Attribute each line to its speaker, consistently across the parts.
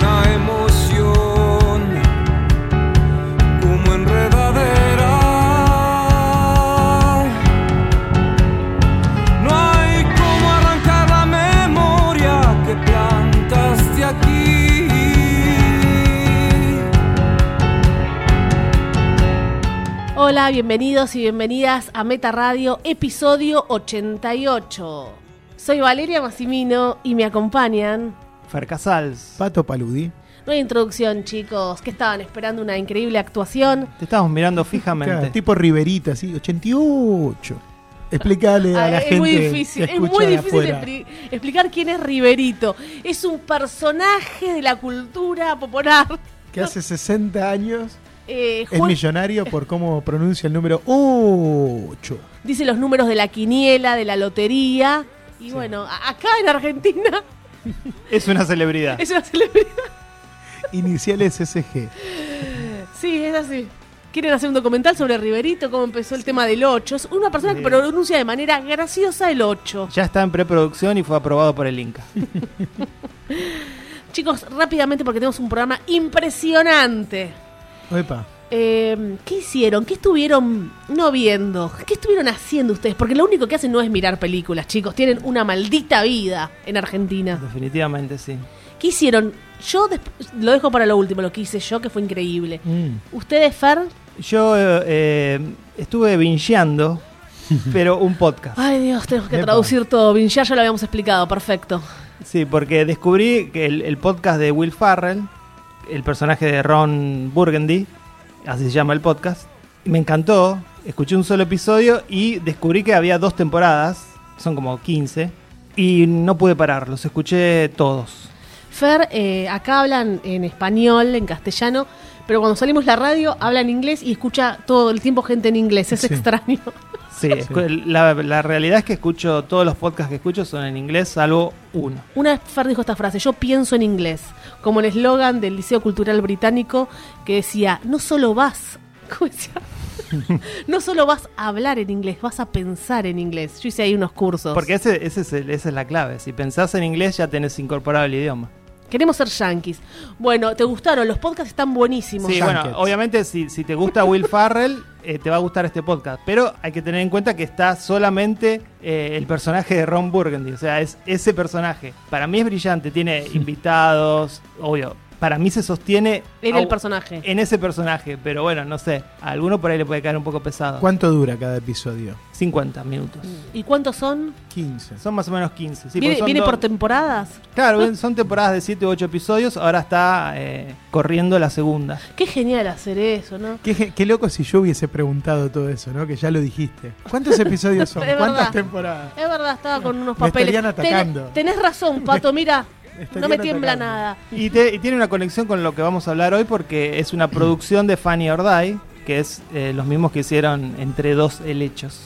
Speaker 1: Una emoción como enredadera. No hay como arrancar la memoria que plantaste aquí.
Speaker 2: Hola, bienvenidos y bienvenidas a Meta Radio, episodio 88. Soy Valeria Massimino y me acompañan.
Speaker 3: Fer Casals.
Speaker 4: Pato Paludi.
Speaker 2: No hay introducción, chicos, que estaban esperando una increíble actuación.
Speaker 3: Te estamos mirando
Speaker 4: Claro,
Speaker 3: fijamente.
Speaker 4: tipo Riverita, sí, 88. Explícale a
Speaker 2: Ah,
Speaker 4: la
Speaker 2: es
Speaker 4: gente.
Speaker 2: muy difícil,
Speaker 4: que
Speaker 2: es muy
Speaker 4: escucha de
Speaker 2: difícil
Speaker 4: afuera.
Speaker 2: expli- explicar quién es Riverito. Es un personaje de la cultura popular.
Speaker 4: Que hace 60 años
Speaker 2: Eh,
Speaker 4: es
Speaker 2: jue-
Speaker 4: millonario por cómo pronuncia el número 8.
Speaker 2: dice los números de la quiniela, de la lotería. Y bueno, a- acá en Argentina
Speaker 3: es una celebridad.
Speaker 2: es una celebridad.
Speaker 4: Iniciales SG.
Speaker 2: Sí, es así. Quieren hacer un documental sobre Riverito, cómo empezó el tema del 8. Es una persona que
Speaker 3: Bien.
Speaker 2: pronuncia de manera graciosa el 8.
Speaker 3: Ya está en preproducción y fue aprobado por el Inca.
Speaker 2: Chicos, rápidamente porque tenemos un programa impresionante.
Speaker 4: Opa.
Speaker 2: Eh, ¿Qué hicieron? ¿Qué estuvieron no viendo? ¿Qué estuvieron haciendo ustedes? Porque lo único que hacen no es mirar películas, chicos. Tienen una maldita vida en Argentina.
Speaker 3: Definitivamente sí.
Speaker 2: ¿Qué hicieron? Yo desp- lo dejo para lo último, lo que hice yo, que fue increíble.
Speaker 4: Mm.
Speaker 2: ¿Ustedes, Fer?
Speaker 3: Yo eh, eh, estuve vincheando, pero un podcast.
Speaker 2: Ay, Dios, tenemos que
Speaker 4: Epa.
Speaker 2: traducir todo. Vinchar ya lo habíamos explicado, perfecto.
Speaker 3: Sí, porque descubrí que el, el podcast de Will Farrell, el personaje de Ron Burgundy, así se llama el podcast, me encantó. Escuché un solo episodio y descubrí que había dos temporadas, son como 15, y no pude parar, los escuché todos.
Speaker 2: Fer, eh, acá hablan en español, en castellano, pero cuando salimos la radio hablan inglés y escucha todo el tiempo gente en inglés. Es
Speaker 4: Sí.
Speaker 2: extraño.
Speaker 3: Sí, escu- La, la realidad es que escucho, todos los podcasts que escucho son en inglés, salvo uno.
Speaker 2: Una vez Fer dijo esta frase, yo pienso en inglés, como el eslogan del Liceo Cultural Británico que decía, no solo vas, ¿cómo decía? no solo vas a hablar en inglés, vas a pensar en inglés. Yo hice ahí unos cursos.
Speaker 3: Porque ese, ese es el- esa es la clave. Si pensás en inglés ya tenés incorporado el idioma.
Speaker 2: Queremos ser yankees. Bueno, ¿te gustaron? Los podcasts están buenísimos.
Speaker 3: Sí,
Speaker 4: Junkets.
Speaker 3: bueno, obviamente si, si te gusta Will Farrell, eh, te va a gustar este podcast. Pero hay que tener en cuenta que está solamente eh, el personaje de Ron Burgundy. O sea, es ese personaje. Para mí es brillante, tiene invitados, obvio. Para mí se sostiene
Speaker 2: En
Speaker 3: au- Eh.
Speaker 2: el personaje.
Speaker 3: en ese personaje. Pero bueno, no sé. A alguno por ahí le puede caer un poco pesado.
Speaker 4: ¿Cuánto dura cada episodio?
Speaker 3: 50 minutos.
Speaker 2: ¿Y cuántos son?
Speaker 4: 15.
Speaker 3: Son más o menos 15. Sí, porque
Speaker 2: ¿Viene,
Speaker 3: son
Speaker 2: viene
Speaker 3: dos-
Speaker 2: por temporadas?
Speaker 3: Claro, ven, son temporadas de 7 u 8 episodios. Ahora está eh, corriendo la segunda.
Speaker 2: Qué genial hacer eso, ¿no?
Speaker 4: Qué, ge- qué loco si yo hubiese preguntado todo eso, ¿no? Que ya lo dijiste. ¿Cuántos episodios son?
Speaker 2: Es
Speaker 4: ¿Cuántas
Speaker 2: verdad.
Speaker 4: temporadas?
Speaker 2: Es verdad, estaba con unos
Speaker 4: Me
Speaker 2: papeles.
Speaker 4: estarían
Speaker 2: Ten-
Speaker 4: atacando.
Speaker 2: tenés razón, Pato, mira. No me
Speaker 4: estarían
Speaker 2: tiembla
Speaker 4: atacando.
Speaker 2: nada.
Speaker 3: Y, te- y tiene una conexión con lo que vamos a hablar hoy porque es una producción de Fanny Orday, que es eh, los mismos que hicieron entre dos helechos.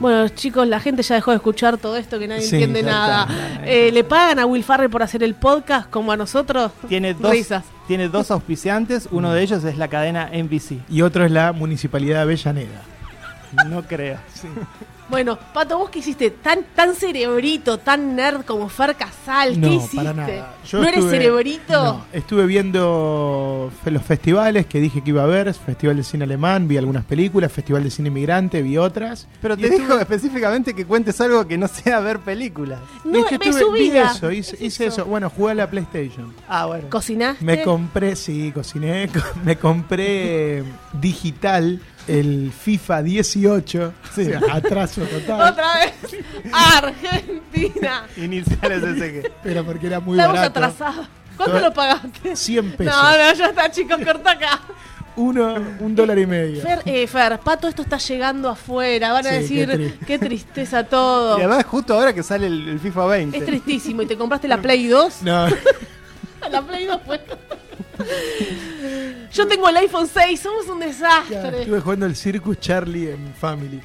Speaker 2: Bueno, chicos, la gente ya dejó de escuchar todo esto que nadie
Speaker 4: Sí,
Speaker 2: entiende
Speaker 4: ya
Speaker 2: nada.
Speaker 4: está.
Speaker 2: Eh, ¿Le pagan a Will Farrell por hacer el podcast como a nosotros?
Speaker 3: Tiene dos,
Speaker 2: Risas.
Speaker 3: tiene dos auspiciantes, uno de ellos es la cadena NBC.
Speaker 4: Y otro es la Municipalidad de Avellaneda.
Speaker 3: No creo.
Speaker 2: Bueno, Pato, vos que hiciste tan, tan cerebrito, tan nerd como Fer Casal, ¿qué
Speaker 4: No,
Speaker 2: hiciste?
Speaker 4: para nada. Yo
Speaker 2: ¿No eres
Speaker 4: estuve-
Speaker 2: cerebrito?
Speaker 4: No, estuve viendo fe- los festivales que dije que iba a ver, Festival de Cine Alemán, vi algunas películas, Festival de Cine Inmigrante, vi otras.
Speaker 3: Pero
Speaker 4: Y
Speaker 3: te dijo específicamente que cuentes algo que no sea ver películas.
Speaker 2: No,
Speaker 4: es que
Speaker 2: me
Speaker 4: estuve-
Speaker 2: subí.
Speaker 4: vi eso, hice,
Speaker 2: Es
Speaker 4: hice
Speaker 2: eso. Eh.
Speaker 4: eso. Bueno, jugué a la PlayStation.
Speaker 3: Ah, bueno.
Speaker 2: ¿Cocinaste?
Speaker 4: Me compré, sí, cociné, co- me compré eh, digital el FIFA 18, sí, atraso total,
Speaker 2: Otra vez. Argentina.
Speaker 3: Iniciales ese que.
Speaker 4: pero porque era muy
Speaker 2: Estamos
Speaker 4: barato.
Speaker 2: atrasados. ¿Cuánto lo pagaste?
Speaker 4: 100 pesos.
Speaker 2: No, no, ya está, chicos, corta acá.
Speaker 4: Uno, un dólar y medio.
Speaker 2: Fer, eh, Fer, Pato, esto está llegando afuera. Van a
Speaker 4: Sí,
Speaker 2: decir,
Speaker 4: qué
Speaker 2: qué,
Speaker 4: tri-
Speaker 2: tristeza todo.
Speaker 3: Y además justo ahora que sale el, el FIFA 20.
Speaker 2: Es tristísimo. ¿Y te compraste la Play 2?
Speaker 4: No,
Speaker 2: La Play 2 fue. Yo tengo el iPhone 6, somos un
Speaker 4: ya,
Speaker 2: desastre.
Speaker 4: estuve jugando el Circus Charlie en Family.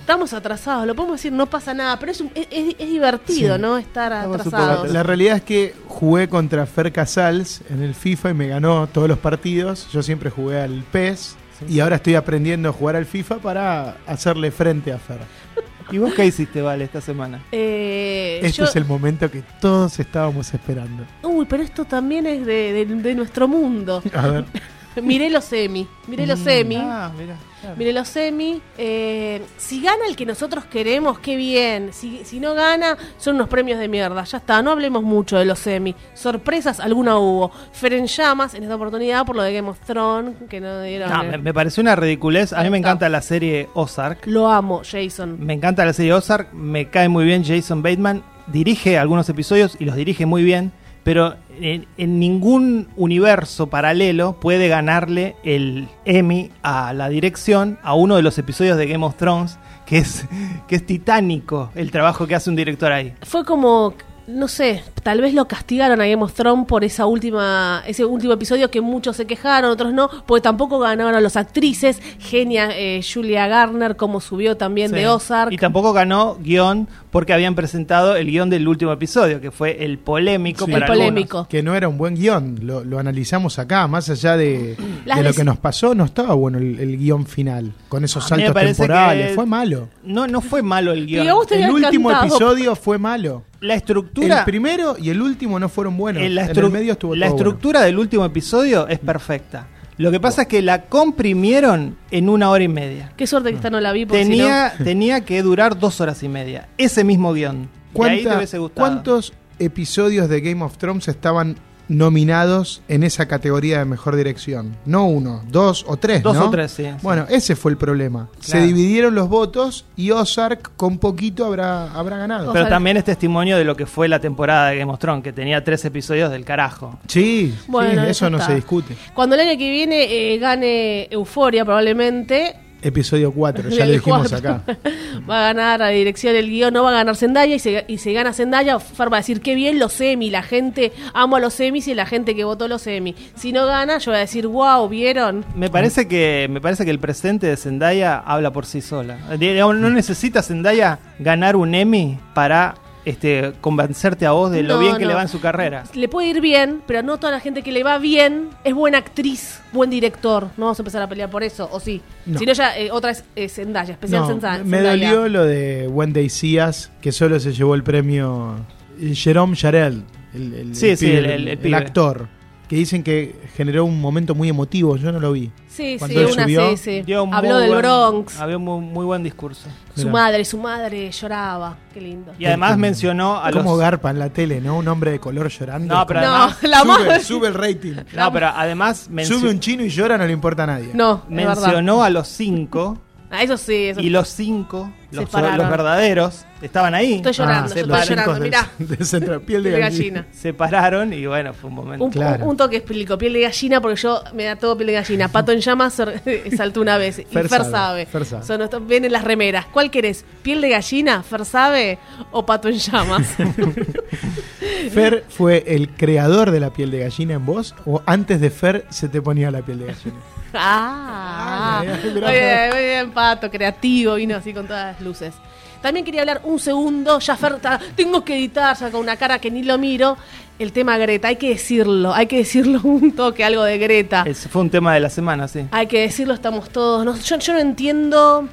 Speaker 2: Estamos atrasados, lo podemos decir, no pasa nada, pero es, un- es, es- es divertido,
Speaker 4: Sí.
Speaker 2: ¿no? Estar
Speaker 3: Estamos
Speaker 2: atrasados.
Speaker 3: superados.
Speaker 4: La realidad es que jugué contra Fer Casals en el FIFA y me ganó todos los partidos. Yo siempre jugué al PES y ahora estoy aprendiendo a jugar al FIFA para hacerle frente a Fer.
Speaker 3: ¿Y vos qué hiciste, Vale, esta semana?
Speaker 2: Eh,
Speaker 4: Este
Speaker 2: yo-
Speaker 4: es el momento que todos estábamos esperando.
Speaker 2: Uy, pero esto también es de, de- de nuestro mundo.
Speaker 4: A ver.
Speaker 2: Miré los semi, miré los semi.
Speaker 3: Ah, mirá. claro.
Speaker 2: Mire, los semi, eh, si gana el que nosotros queremos, qué bien. Si, si no gana, son unos premios de mierda. Ya está, no hablemos mucho de los semi. Sorpresas, alguna hubo. Fer en llamas en esta oportunidad por lo de Game of Thrones, que no dieron.
Speaker 3: No,
Speaker 2: eh.
Speaker 3: me, me pareció una ridiculez. A mí me
Speaker 2: Está.
Speaker 3: encanta la serie Ozark.
Speaker 2: Lo amo, Jason.
Speaker 3: Me encanta la serie Ozark, me cae muy bien Jason Bateman, dirige algunos episodios y los dirige muy bien, pero en, en ningún universo paralelo puede ganarle el Emmy a la dirección a uno de los episodios de Game of Thrones, que es, que es titánico el trabajo que hace un director ahí.
Speaker 2: Fue como, no sé, tal vez lo castigaron a Game of Thrones por esa última, ese último episodio que muchos se quejaron, otros no, porque tampoco ganaron a las actrices. Genia eh, Julia Garner, como subió también
Speaker 3: Sí.
Speaker 2: de Ozark.
Speaker 3: Y tampoco ganó guión porque habían presentado el guión del último episodio, que fue el polémico
Speaker 4: Sí.
Speaker 3: para
Speaker 2: El
Speaker 3: algunos.
Speaker 2: polémico.
Speaker 4: Que no era un buen guión, lo, lo analizamos acá, más allá de,
Speaker 2: Las
Speaker 4: de lo
Speaker 2: dec-
Speaker 4: que nos pasó, no estaba bueno el, el guión final, con esos
Speaker 3: A mí me
Speaker 4: saltos
Speaker 3: parece
Speaker 4: temporales,
Speaker 3: que-
Speaker 4: fue malo.
Speaker 3: No, no fue malo el guión.
Speaker 2: Pero vos te
Speaker 4: El
Speaker 2: había
Speaker 4: último
Speaker 2: encantado.
Speaker 4: episodio fue malo.
Speaker 3: La estructura...
Speaker 4: El primero y el último no fueron buenos.
Speaker 3: Eh, la,
Speaker 4: en
Speaker 3: estru-
Speaker 4: el medio estuvo
Speaker 3: la
Speaker 4: todo bueno.
Speaker 3: estructura del último episodio es perfecta. Lo que pasa es que la comprimieron en una hora y media.
Speaker 2: Qué suerte que esta no la vi porque
Speaker 3: Tenía, tenía que durar dos horas y media. Ese mismo guión. Y ahí te
Speaker 4: ¿Cuánta-
Speaker 3: hubiese gustado.
Speaker 4: ¿Cuántos episodios de Game of Thrones estaban nominados en esa categoría de mejor dirección? No uno, dos o tres,
Speaker 3: Dos
Speaker 4: ¿no?
Speaker 3: o tres, sí. sí.
Speaker 4: Bueno, ese fue el problema. Se
Speaker 3: Claro.
Speaker 4: dividieron los votos y Ozark con poquito habrá, habrá ganado.
Speaker 3: Pero
Speaker 2: sea-
Speaker 3: también es testimonio de lo que fue la temporada de Game of Thrones, que tenía tres episodios del carajo.
Speaker 4: Sí, sí,
Speaker 2: Bueno,
Speaker 4: eso
Speaker 2: ya
Speaker 4: no
Speaker 2: está.
Speaker 4: se discute.
Speaker 2: si no. Cuando el año que viene eh, gane Euforia, probablemente.
Speaker 4: Episodio 4, ya
Speaker 2: del
Speaker 4: lo dijimos
Speaker 2: cuatro,
Speaker 4: acá.
Speaker 2: Va a ganar a dirección el guión, no va a ganar Zendaya y se, y se gana Zendaya. Fer va a decir, qué bien los semi, la gente, amo a los semis y la gente que votó los semi. Si no gana, yo voy a decir, wow, ¿vieron?
Speaker 3: Me parece que, me parece que el presente de Zendaya habla por sí sola. Eh, Digamos, No necesita Zendaya ganar un Emmy para este, convencerte a vos de lo
Speaker 2: No,
Speaker 3: bien que
Speaker 2: no.
Speaker 3: le va en su carrera.
Speaker 2: Le puede ir bien, pero no toda la gente que le va bien es buena actriz, buen director. No vamos a empezar a pelear por eso, o sí.
Speaker 4: No.
Speaker 2: Si no, ya eh, otra es eh, Zendaya, especial
Speaker 4: No,
Speaker 2: Zenza-
Speaker 4: me
Speaker 2: Zendaya.
Speaker 4: dolió lo de Wendy Cías, que solo se llevó el premio eh, Jerome Jarel, el, el-
Speaker 3: Sí,
Speaker 4: el
Speaker 3: sí,
Speaker 4: pibe,
Speaker 3: el- el- el pibe.
Speaker 4: actor, que dicen que generó un momento muy emotivo, yo no lo vi.
Speaker 2: Sí,
Speaker 4: Cuando
Speaker 2: sí,
Speaker 4: él
Speaker 2: una
Speaker 4: subió,
Speaker 2: sí, sí.
Speaker 3: Dio un
Speaker 2: Habló
Speaker 3: muy
Speaker 2: del
Speaker 3: buen-
Speaker 2: Bronx.
Speaker 3: Había un muy, muy buen discurso.
Speaker 2: Su
Speaker 4: Mirá.
Speaker 2: madre, su madre lloraba. Qué lindo.
Speaker 3: Y además mencionó a los.
Speaker 4: Como garpa en la tele, ¿no? Un hombre de color llorando.
Speaker 3: No, pero
Speaker 4: Como-
Speaker 2: No,
Speaker 3: además-
Speaker 2: la
Speaker 4: sube,
Speaker 2: madre.
Speaker 4: sube el rating.
Speaker 3: No, pero además mencio-
Speaker 4: Sube un chino y llora, no le importa a nadie. Ah,
Speaker 2: No, es verdad.
Speaker 3: mencionó a los cinco.
Speaker 2: Ah, eso sí, eso
Speaker 3: Y los cinco,
Speaker 2: Se
Speaker 3: los,
Speaker 2: pararon.
Speaker 3: los verdaderos, estaban ahí.
Speaker 2: Estoy llorando, yo
Speaker 3: se,
Speaker 2: estoy
Speaker 3: pararon,
Speaker 2: llorando,
Speaker 4: del-
Speaker 2: mirá.
Speaker 4: del centro, piel de
Speaker 2: De
Speaker 4: gallina.
Speaker 2: gallina.
Speaker 3: se pararon y bueno, fue un momento.
Speaker 2: Un,
Speaker 4: Claro.
Speaker 2: un toque explico, piel de gallina, porque yo me da todo piel de gallina. Pato en llamas sor- saltó una vez. Y
Speaker 4: Fer
Speaker 2: Fer,
Speaker 4: sabe,
Speaker 2: sabe.
Speaker 4: Fer sabe.
Speaker 2: Son nuestros- vienen las remeras. ¿Cuál querés? ¿Piel de gallina? ¿Fer sabe? ¿O pato en llamas?
Speaker 4: Fer fue el creador de la piel de gallina en vos, o antes de Fer se te ponía la piel de gallina.
Speaker 2: Ah,
Speaker 4: Ay, ay, ay,
Speaker 2: muy
Speaker 4: mirá.
Speaker 2: bien, muy bien, Pato, creativo, vino así con todas las luces. También quería hablar un segundo, ya Fer, ta- tengo que editar, ya con una cara que ni lo miro, el tema Greta, hay que decirlo, hay que decirlo un toque, algo de Greta.
Speaker 3: Ese fue un tema de la semana, sí.
Speaker 2: Hay que decirlo, estamos todos. no- yo, yo no entiendo.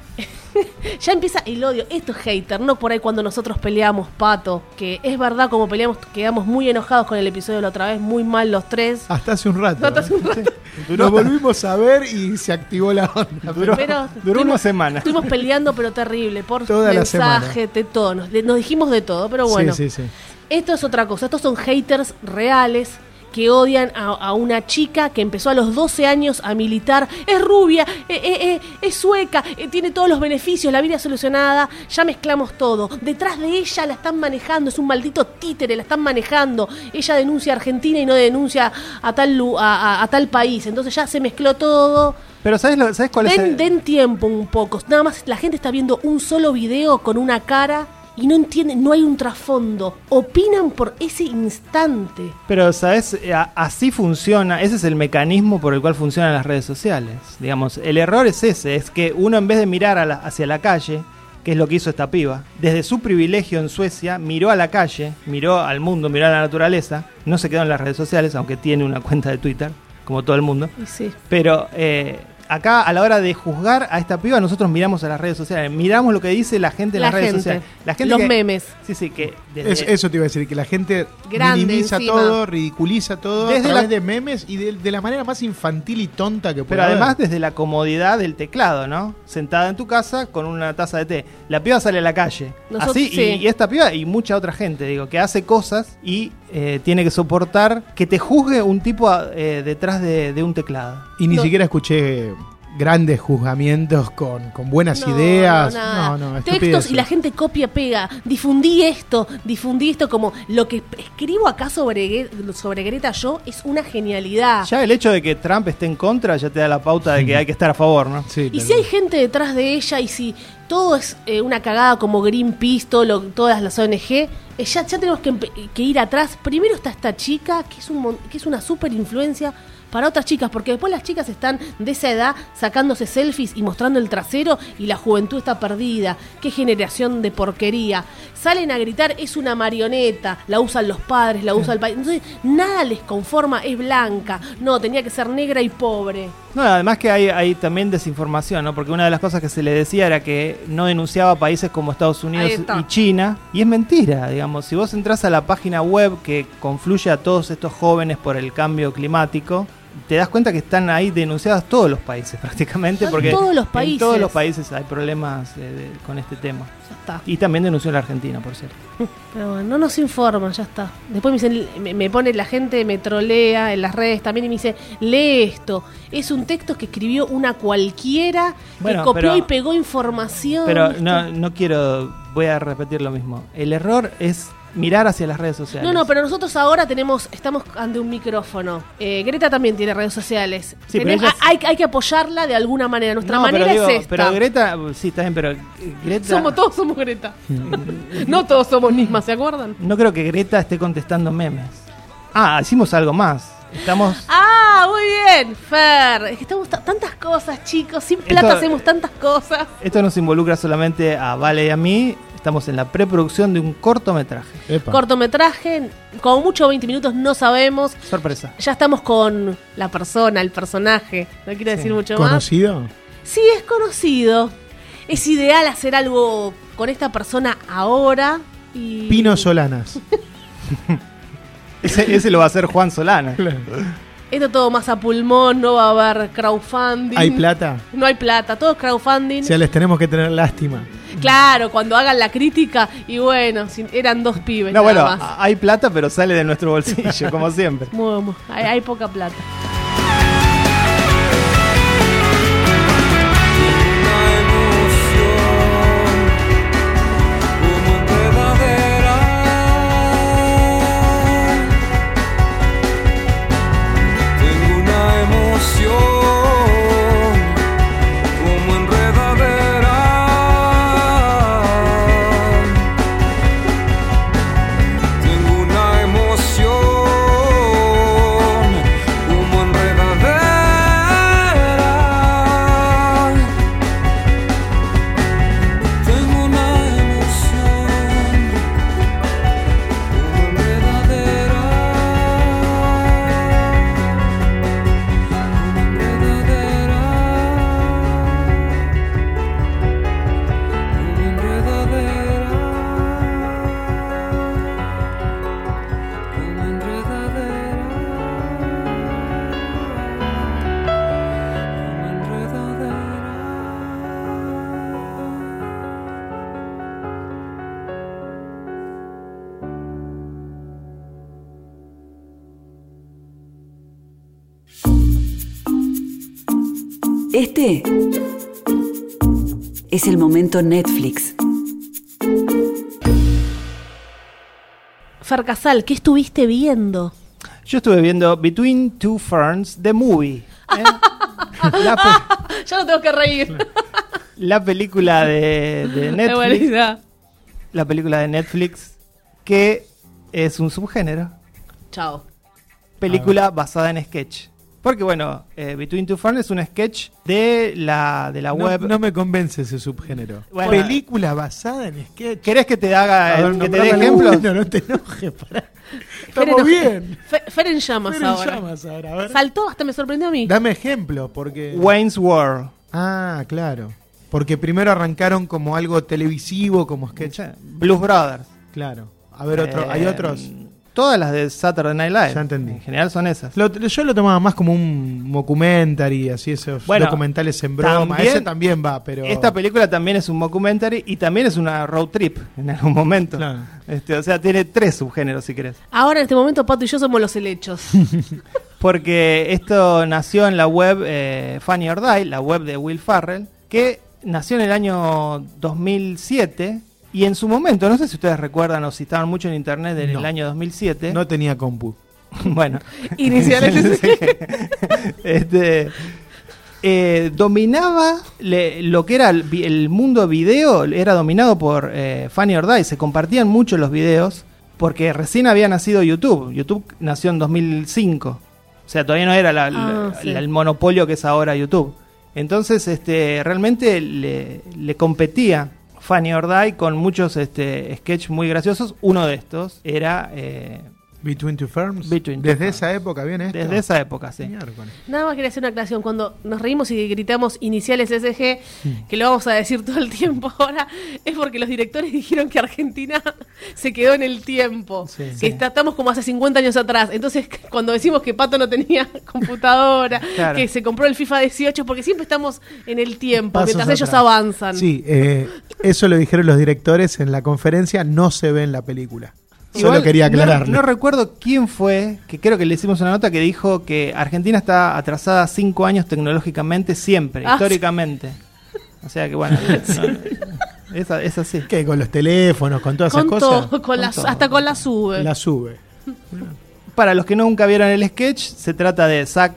Speaker 2: ya empieza el odio. Esto es hater, no por ahí cuando nosotros peleamos, pato. Que es verdad, como peleamos, quedamos muy enojados con el episodio de la otra vez, muy mal los tres.
Speaker 4: Hasta hace un rato.
Speaker 2: Hasta hace un rato.
Speaker 4: Nos volvimos a ver y se activó la onda.
Speaker 3: Duró,
Speaker 2: Pero
Speaker 3: duró una
Speaker 2: tuvimos-
Speaker 3: semana.
Speaker 2: Estuvimos peleando, pero terrible, por
Speaker 4: Toda la
Speaker 2: mensaje, de todo. Nos, de- nos dijimos de todo, pero bueno.
Speaker 4: Sí, sí, sí.
Speaker 2: Esto es otra cosa. Estos son haters reales que odian a, a una chica que empezó a los 12 años a militar. Es rubia, eh, eh, eh, es sueca, eh, tiene todos los beneficios, la vida solucionada, ya mezclamos todo. Detrás de ella la están manejando, es un maldito títere, la están manejando. Ella denuncia a Argentina y no denuncia a tal, lu- a- a- a tal país. Entonces ya se mezcló todo.
Speaker 3: Pero ¿sabes, lo, ¿sabes cuál es
Speaker 2: Den,
Speaker 3: el-
Speaker 2: den tiempo un poco. Nada más la gente está viendo un solo video con una cara y no entiende, no hay un trasfondo. Opinan por ese instante.
Speaker 3: Pero, ¿sabes? Eh, a- Así funciona, ese es el mecanismo por el cual funcionan las redes sociales. Digamos, el error es ese, es que uno en vez de mirar a la- hacia la calle, que es lo que hizo esta piba, desde su privilegio en Suecia, miró a la calle, miró al mundo, miró a la naturaleza, no se quedó en las redes sociales, aunque tiene una cuenta de Twitter, como todo el mundo.
Speaker 2: Y sí.
Speaker 3: Pero eh, acá, a la hora de juzgar a esta piba, nosotros miramos a las redes sociales, miramos lo que dice la gente en
Speaker 2: La
Speaker 3: las redes
Speaker 2: gente.
Speaker 3: sociales. La gente
Speaker 2: Los
Speaker 3: que-
Speaker 2: memes.
Speaker 3: Sí, sí, que desde-
Speaker 4: Es- eso te iba a decir, que la gente
Speaker 2: Grande
Speaker 4: minimiza
Speaker 2: encima.
Speaker 4: todo, ridiculiza todo
Speaker 3: Desde
Speaker 4: a través
Speaker 3: la-
Speaker 4: de memes y de, de la manera más infantil y tonta que puede
Speaker 3: Pero además
Speaker 4: haber.
Speaker 3: desde la comodidad del teclado, ¿no? Sentada en tu casa con una taza de té. La piba sale a la calle.
Speaker 2: Nosotros-
Speaker 3: Así, y-
Speaker 2: sí.
Speaker 3: y, esta piba y mucha otra gente, digo, que hace cosas y eh, tiene que soportar que te juzgue un tipo a- eh, detrás de, de un teclado.
Speaker 4: Y ni
Speaker 2: No.
Speaker 4: siquiera escuché grandes juzgamientos con, con buenas
Speaker 2: No,
Speaker 4: ideas.
Speaker 2: no, nada.
Speaker 4: No, no,
Speaker 2: Textos y la
Speaker 4: estupideces.
Speaker 2: gente copia, pega. Difundí esto, difundí esto como lo que escribo acá sobre, Gre- sobre Greta yo es una genialidad.
Speaker 3: Ya el hecho de que Trump esté en contra ya te da la pauta de que hay que estar a favor, ¿no?
Speaker 4: Sí,
Speaker 2: Y
Speaker 4: tal
Speaker 2: si hay
Speaker 4: cual.
Speaker 2: gente detrás de ella y si todo es eh, una cagada como Greenpeace, todo lo- todas las ONG, eh, ya, ya tenemos que, empe- que ir atrás. Primero está esta chica, que es, un, mon- que es una super influencia para otras chicas, porque después las chicas están de esa edad sacándose selfies y mostrando el trasero y la juventud está perdida. Qué generación de porquería. Salen a gritar, es una marioneta, la usan los padres, la usa el país. Entonces, nada les conforma, es blanca. No, tenía que ser negra y pobre.
Speaker 3: No, además que hay, hay también desinformación, ¿no? Porque una de las cosas que se le decía era que no denunciaba países como Estados Unidos
Speaker 2: Ahí está.
Speaker 3: y China. Y es mentira, digamos. Si vos entras a la página web que confluye a todos estos jóvenes por el cambio climático, te das cuenta que están ahí denunciados todos los países prácticamente.
Speaker 2: Están
Speaker 3: Porque
Speaker 2: todos los
Speaker 3: En
Speaker 2: países.
Speaker 3: todos los países hay problemas eh, de- con este tema.
Speaker 2: Ya está.
Speaker 3: Y también denunció la Argentina, por cierto.
Speaker 2: Pero bueno, no nos informan, ya está. Después me, dicen, me, me pone la gente, me trolea en las redes también y me dice, lee esto. Es un texto que escribió una cualquiera
Speaker 3: Bueno,
Speaker 2: que copió
Speaker 3: pero-
Speaker 2: y pegó información.
Speaker 3: Pero
Speaker 2: ¿viste?
Speaker 3: no, no quiero, voy a repetir lo mismo. El error es mirar hacia las redes sociales.
Speaker 2: No, no, pero nosotros ahora tenemos, estamos ante un micrófono. Eh, Greta también tiene redes sociales.
Speaker 3: Sí, pero
Speaker 2: Tenemos-
Speaker 3: ella es-
Speaker 2: hay, hay que apoyarla de alguna manera. Nuestra
Speaker 3: No,
Speaker 2: manera
Speaker 3: pero digo,
Speaker 2: es esta.
Speaker 3: Pero Greta, sí, está bien, pero eh, Greta.
Speaker 2: Somos todos somos Greta. no todos somos Nisma, ¿se acuerdan?
Speaker 3: No creo que Greta esté contestando memes. Ah, hicimos algo más. Estamos.
Speaker 2: Ah, muy bien, Fer. Es que estamos ta- tantas cosas, chicos. Sin plata
Speaker 3: Esto-
Speaker 2: hacemos tantas cosas.
Speaker 3: Esto nos involucra solamente a Vale y a mí. Estamos en la preproducción de un cortometraje.
Speaker 4: Epa.
Speaker 2: Cortometraje, como mucho 20 minutos, no sabemos.
Speaker 3: Sorpresa.
Speaker 2: Ya estamos con la persona, el personaje. No quiero decir mucho más.
Speaker 4: ¿Conocido?
Speaker 2: Sí, es conocido. Es ideal hacer algo con esta persona ahora. Y...
Speaker 4: Pino Solanas.
Speaker 3: Ese, ese lo va a hacer Juan Solana.
Speaker 2: Esto todo más a pulmón, no va a haber crowdfunding.
Speaker 4: ¿Hay plata?
Speaker 2: No hay plata, todo es crowdfunding.
Speaker 4: O sea, les tenemos que tener lástima.
Speaker 2: Claro, cuando hagan la crítica y bueno, sin- eran dos pibes.
Speaker 3: No, bueno,
Speaker 2: nada más.
Speaker 3: a- hay plata, pero sale de nuestro bolsillo, como siempre.
Speaker 2: Muy- muy- hay, hay poca plata.
Speaker 1: Una emoción como verdadera Tengo una emoción como enredadera Tengo una emoción como
Speaker 5: Este es el momento Netflix.
Speaker 2: Fercasal, ¿qué estuviste viendo?
Speaker 3: Yo estuve viendo Between Two Ferns, The Movie. ¿eh? la, pe-
Speaker 2: Ya no tengo que reír.
Speaker 3: la película de, de
Speaker 2: De
Speaker 3: Netflix.
Speaker 2: buenísima.
Speaker 3: la película de Netflix que es un subgénero.
Speaker 2: Chao.
Speaker 4: Ah.
Speaker 3: película basada en sketch. Porque bueno, eh, Between Two Ferns es un sketch de la, de la
Speaker 4: No,
Speaker 3: web.
Speaker 4: no me convence ese subgénero.
Speaker 3: Bueno.
Speaker 4: Película basada en sketch.
Speaker 3: ¿Querés que te haga
Speaker 4: A ver,
Speaker 3: que te
Speaker 4: nombrame
Speaker 3: dé
Speaker 4: alguno,
Speaker 3: ejemplos?
Speaker 4: No, te enojes, pará.
Speaker 2: Fer
Speaker 4: Estamos
Speaker 2: en-
Speaker 4: bien.
Speaker 2: Fe- Fer en llamas
Speaker 4: Pero
Speaker 2: ahora.
Speaker 4: llamas ahora, a ver.
Speaker 2: Saltó, hasta me sorprendió a mí.
Speaker 4: Dame ejemplo, porque.
Speaker 3: Wayne's World.
Speaker 4: Ah, claro. Porque primero arrancaron como algo televisivo, como sketch.
Speaker 3: Blues Brothers.
Speaker 4: Claro. A ver, otro,
Speaker 3: Eh,
Speaker 4: hay otros.
Speaker 3: Todas las de Saturday Night Live.
Speaker 4: Ya entendí.
Speaker 3: En general son esas.
Speaker 4: Lo- yo lo tomaba más como un documentary, así esos
Speaker 3: Bueno,
Speaker 4: documentales en broma.
Speaker 3: también-
Speaker 4: Ese también va, pero.
Speaker 3: Esta película también es un mockumentary y también es una road trip en algún momento.
Speaker 4: Claro.
Speaker 3: Este, o sea, tiene tres subgéneros si querés.
Speaker 2: Ahora en este momento Pato y yo somos los helechos.
Speaker 3: Porque esto nació en la web eh, Funny or Die, la web de Will Farrell, que nació en el año 2007 y en su momento, no sé si ustedes recuerdan o si estaban mucho en internet en el
Speaker 4: No.
Speaker 3: año 2007.
Speaker 4: No tenía compu.
Speaker 3: bueno,
Speaker 2: Iniciales.
Speaker 3: este, eh, dominaba le- lo que era el, vi- el mundo video, era dominado por eh, Funny or Die, se compartían mucho los videos porque recién había nacido YouTube. YouTube nació en 2005. O sea, todavía no era la- la-
Speaker 2: Ah, sí.
Speaker 3: la- el monopolio que es ahora YouTube. Entonces, este, realmente le, le competía Funny or Die con muchos este, sketches muy graciosos. Uno de estos era eh,
Speaker 4: Between Two Firms.
Speaker 3: Between Two
Speaker 4: Desde
Speaker 3: Firms.
Speaker 4: esa época viene esto.
Speaker 3: desde esa época, sí.
Speaker 4: Miércoles.
Speaker 2: Nada más quería hacer una aclaración. Cuando nos reímos y gritamos iniciales SG, que lo vamos a decir todo el tiempo ahora, es porque los directores dijeron que Argentina se quedó en el tiempo.
Speaker 4: Sí.
Speaker 2: que
Speaker 4: Sí.
Speaker 2: está- estamos como hace 50 años atrás. Entonces, cuando decimos que Pato no tenía computadora,
Speaker 3: Claro.
Speaker 2: que se compró el FIFA 18, porque siempre estamos en el tiempo,
Speaker 4: Pasos
Speaker 2: mientras ellos
Speaker 4: atrás.
Speaker 2: avanzan.
Speaker 4: Sí, eh, eso lo dijeron los directores en la conferencia, no se ve en la película. Solo
Speaker 3: Igual,
Speaker 4: quería
Speaker 3: no-
Speaker 4: aclararlo.
Speaker 3: No, recuerdo quién fue, que creo que le hicimos una nota que dijo que Argentina está atrasada cinco años tecnológicamente siempre,
Speaker 2: Ah,
Speaker 3: históricamente. O sea que bueno, no, no, es, a- es así.
Speaker 4: ¿Qué? Con los teléfonos, con todas
Speaker 2: con
Speaker 4: esas cosas.
Speaker 2: todo, con
Speaker 3: Con
Speaker 2: las- eh.
Speaker 3: todo.
Speaker 2: hasta con la sube.
Speaker 4: La sube.
Speaker 3: Para los que nunca vieron el sketch, se trata de Zach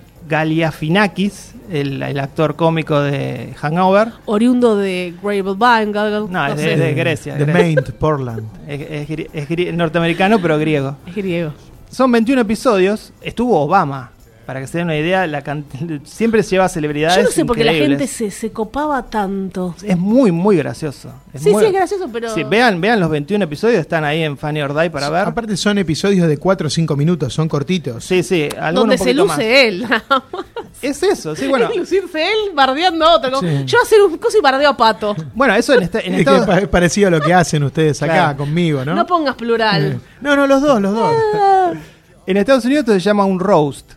Speaker 3: Galiafinakis, el, el actor cómico de Hangover.
Speaker 2: Oriundo de Gravelvine, Galgal-
Speaker 3: No, es de-
Speaker 2: sé.
Speaker 3: de- Grecia,
Speaker 4: De
Speaker 3: Grecia.
Speaker 4: Maine, Eh, Portland.
Speaker 3: Es, es gri- es gri- norteamericano pero griego.
Speaker 2: Es griego.
Speaker 3: Son 21 episodios, estuvo Obama. Para que se den una idea, la cant- siempre lleva celebridades.
Speaker 2: Yo no sé por qué la
Speaker 3: increíbles.
Speaker 2: gente se, se copaba tanto.
Speaker 3: Es muy, muy gracioso. Es
Speaker 2: Sí,
Speaker 3: muy-
Speaker 2: sí, es gracioso, pero.
Speaker 3: Sí, vean, vean los 21 episodios, están ahí en Funny or Die para ver.
Speaker 4: Aparte son episodios de 4 o 5 minutos, son cortitos.
Speaker 3: sí, sí, algunos
Speaker 2: donde
Speaker 3: un
Speaker 2: se
Speaker 3: poquito
Speaker 2: luce
Speaker 3: más.
Speaker 2: él. nada más.
Speaker 3: Es eso, sí, bueno.
Speaker 2: Es lucirse él bardeando a otro. como,
Speaker 4: Sí.
Speaker 2: Yo hacer un coso y bardeo a pato.
Speaker 3: Bueno, eso en, esta- en
Speaker 4: Es que
Speaker 3: Estados-
Speaker 4: pa- es parecido a lo que hacen ustedes acá
Speaker 3: Claro.
Speaker 4: conmigo, ¿no? Eh,
Speaker 2: No pongas plural.
Speaker 4: no, no, los dos, los dos.
Speaker 3: en Estados Unidos esto se llama un roast,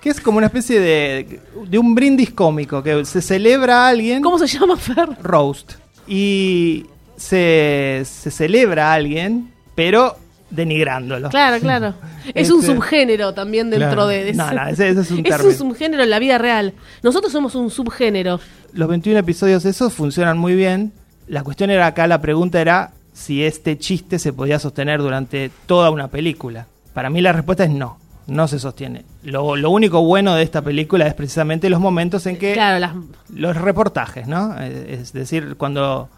Speaker 3: que es como una especie de, de un brindis cómico, que se celebra a alguien.
Speaker 2: ¿Cómo se llama Fer?
Speaker 3: roast. Y se, se celebra a alguien, pero denigrándolo.
Speaker 2: Claro, claro. Es
Speaker 3: Este-
Speaker 2: un subgénero también dentro
Speaker 4: Claro.
Speaker 2: de. de
Speaker 3: No,
Speaker 2: ese-
Speaker 3: no, ese- ese es un
Speaker 2: es un
Speaker 3: término.
Speaker 2: subgénero en la vida real. Nosotros somos un subgénero.
Speaker 3: Los 21 episodios esos funcionan muy bien. La cuestión era acá, la pregunta era si este chiste se podía sostener durante toda una película. Para mí la respuesta es no, no se sostiene. Lo, lo único bueno de esta película es precisamente los momentos en que
Speaker 2: Claro, las-
Speaker 3: los reportajes, ¿no? Es es decir, cuando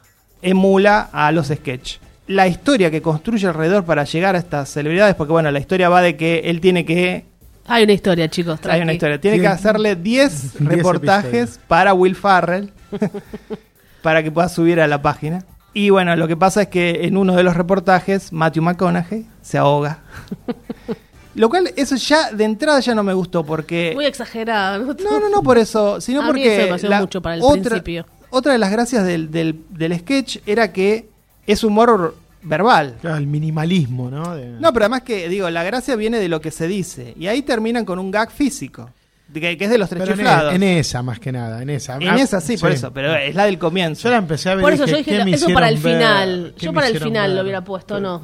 Speaker 3: emula a los sketch. La historia que construye alrededor para llegar a estas celebridades, porque bueno, la historia va de que él tiene que
Speaker 2: Hay una historia, chicos.
Speaker 3: hay una
Speaker 2: tranqui.
Speaker 3: historia. Tiene
Speaker 4: Sí.
Speaker 3: que hacerle 10
Speaker 4: Diez
Speaker 3: reportajes
Speaker 4: episodios.
Speaker 3: para Will Farrell para que pueda subir a la página. Y bueno, lo que pasa es que en uno de los reportajes Matthew McConaughey se ahoga. lo cual eso ya de entrada ya no me gustó porque
Speaker 2: Muy exagerada. ¿no?
Speaker 3: no, no, no por eso, sino
Speaker 2: A mí
Speaker 3: porque
Speaker 2: eso me pareció mucho para el principio.
Speaker 3: otra de las gracias del, del- del sketch era que es humor verbal.
Speaker 4: Claro, el minimalismo, ¿no? De-
Speaker 3: No, pero además que, digo, la gracia viene de lo que se dice. Y ahí terminan con un gag físico. de Que, que es de los tres
Speaker 4: Pero en, e,
Speaker 3: chiflados.
Speaker 4: en
Speaker 3: En,
Speaker 4: esa más que nada, en esa. Ah,
Speaker 3: esa sí, por eso. Pero es la del comienzo.
Speaker 4: Yo la empecé a ver.
Speaker 2: Por
Speaker 4: y
Speaker 2: eso yo dije,
Speaker 4: dije, ¿qué
Speaker 2: lo-
Speaker 4: me
Speaker 2: eso para el
Speaker 4: hicieron
Speaker 2: final.
Speaker 4: ¿Qué
Speaker 2: Yo
Speaker 4: me
Speaker 2: para el
Speaker 4: hicieron
Speaker 2: final lo
Speaker 4: ver?
Speaker 2: hubiera puesto, ¿no?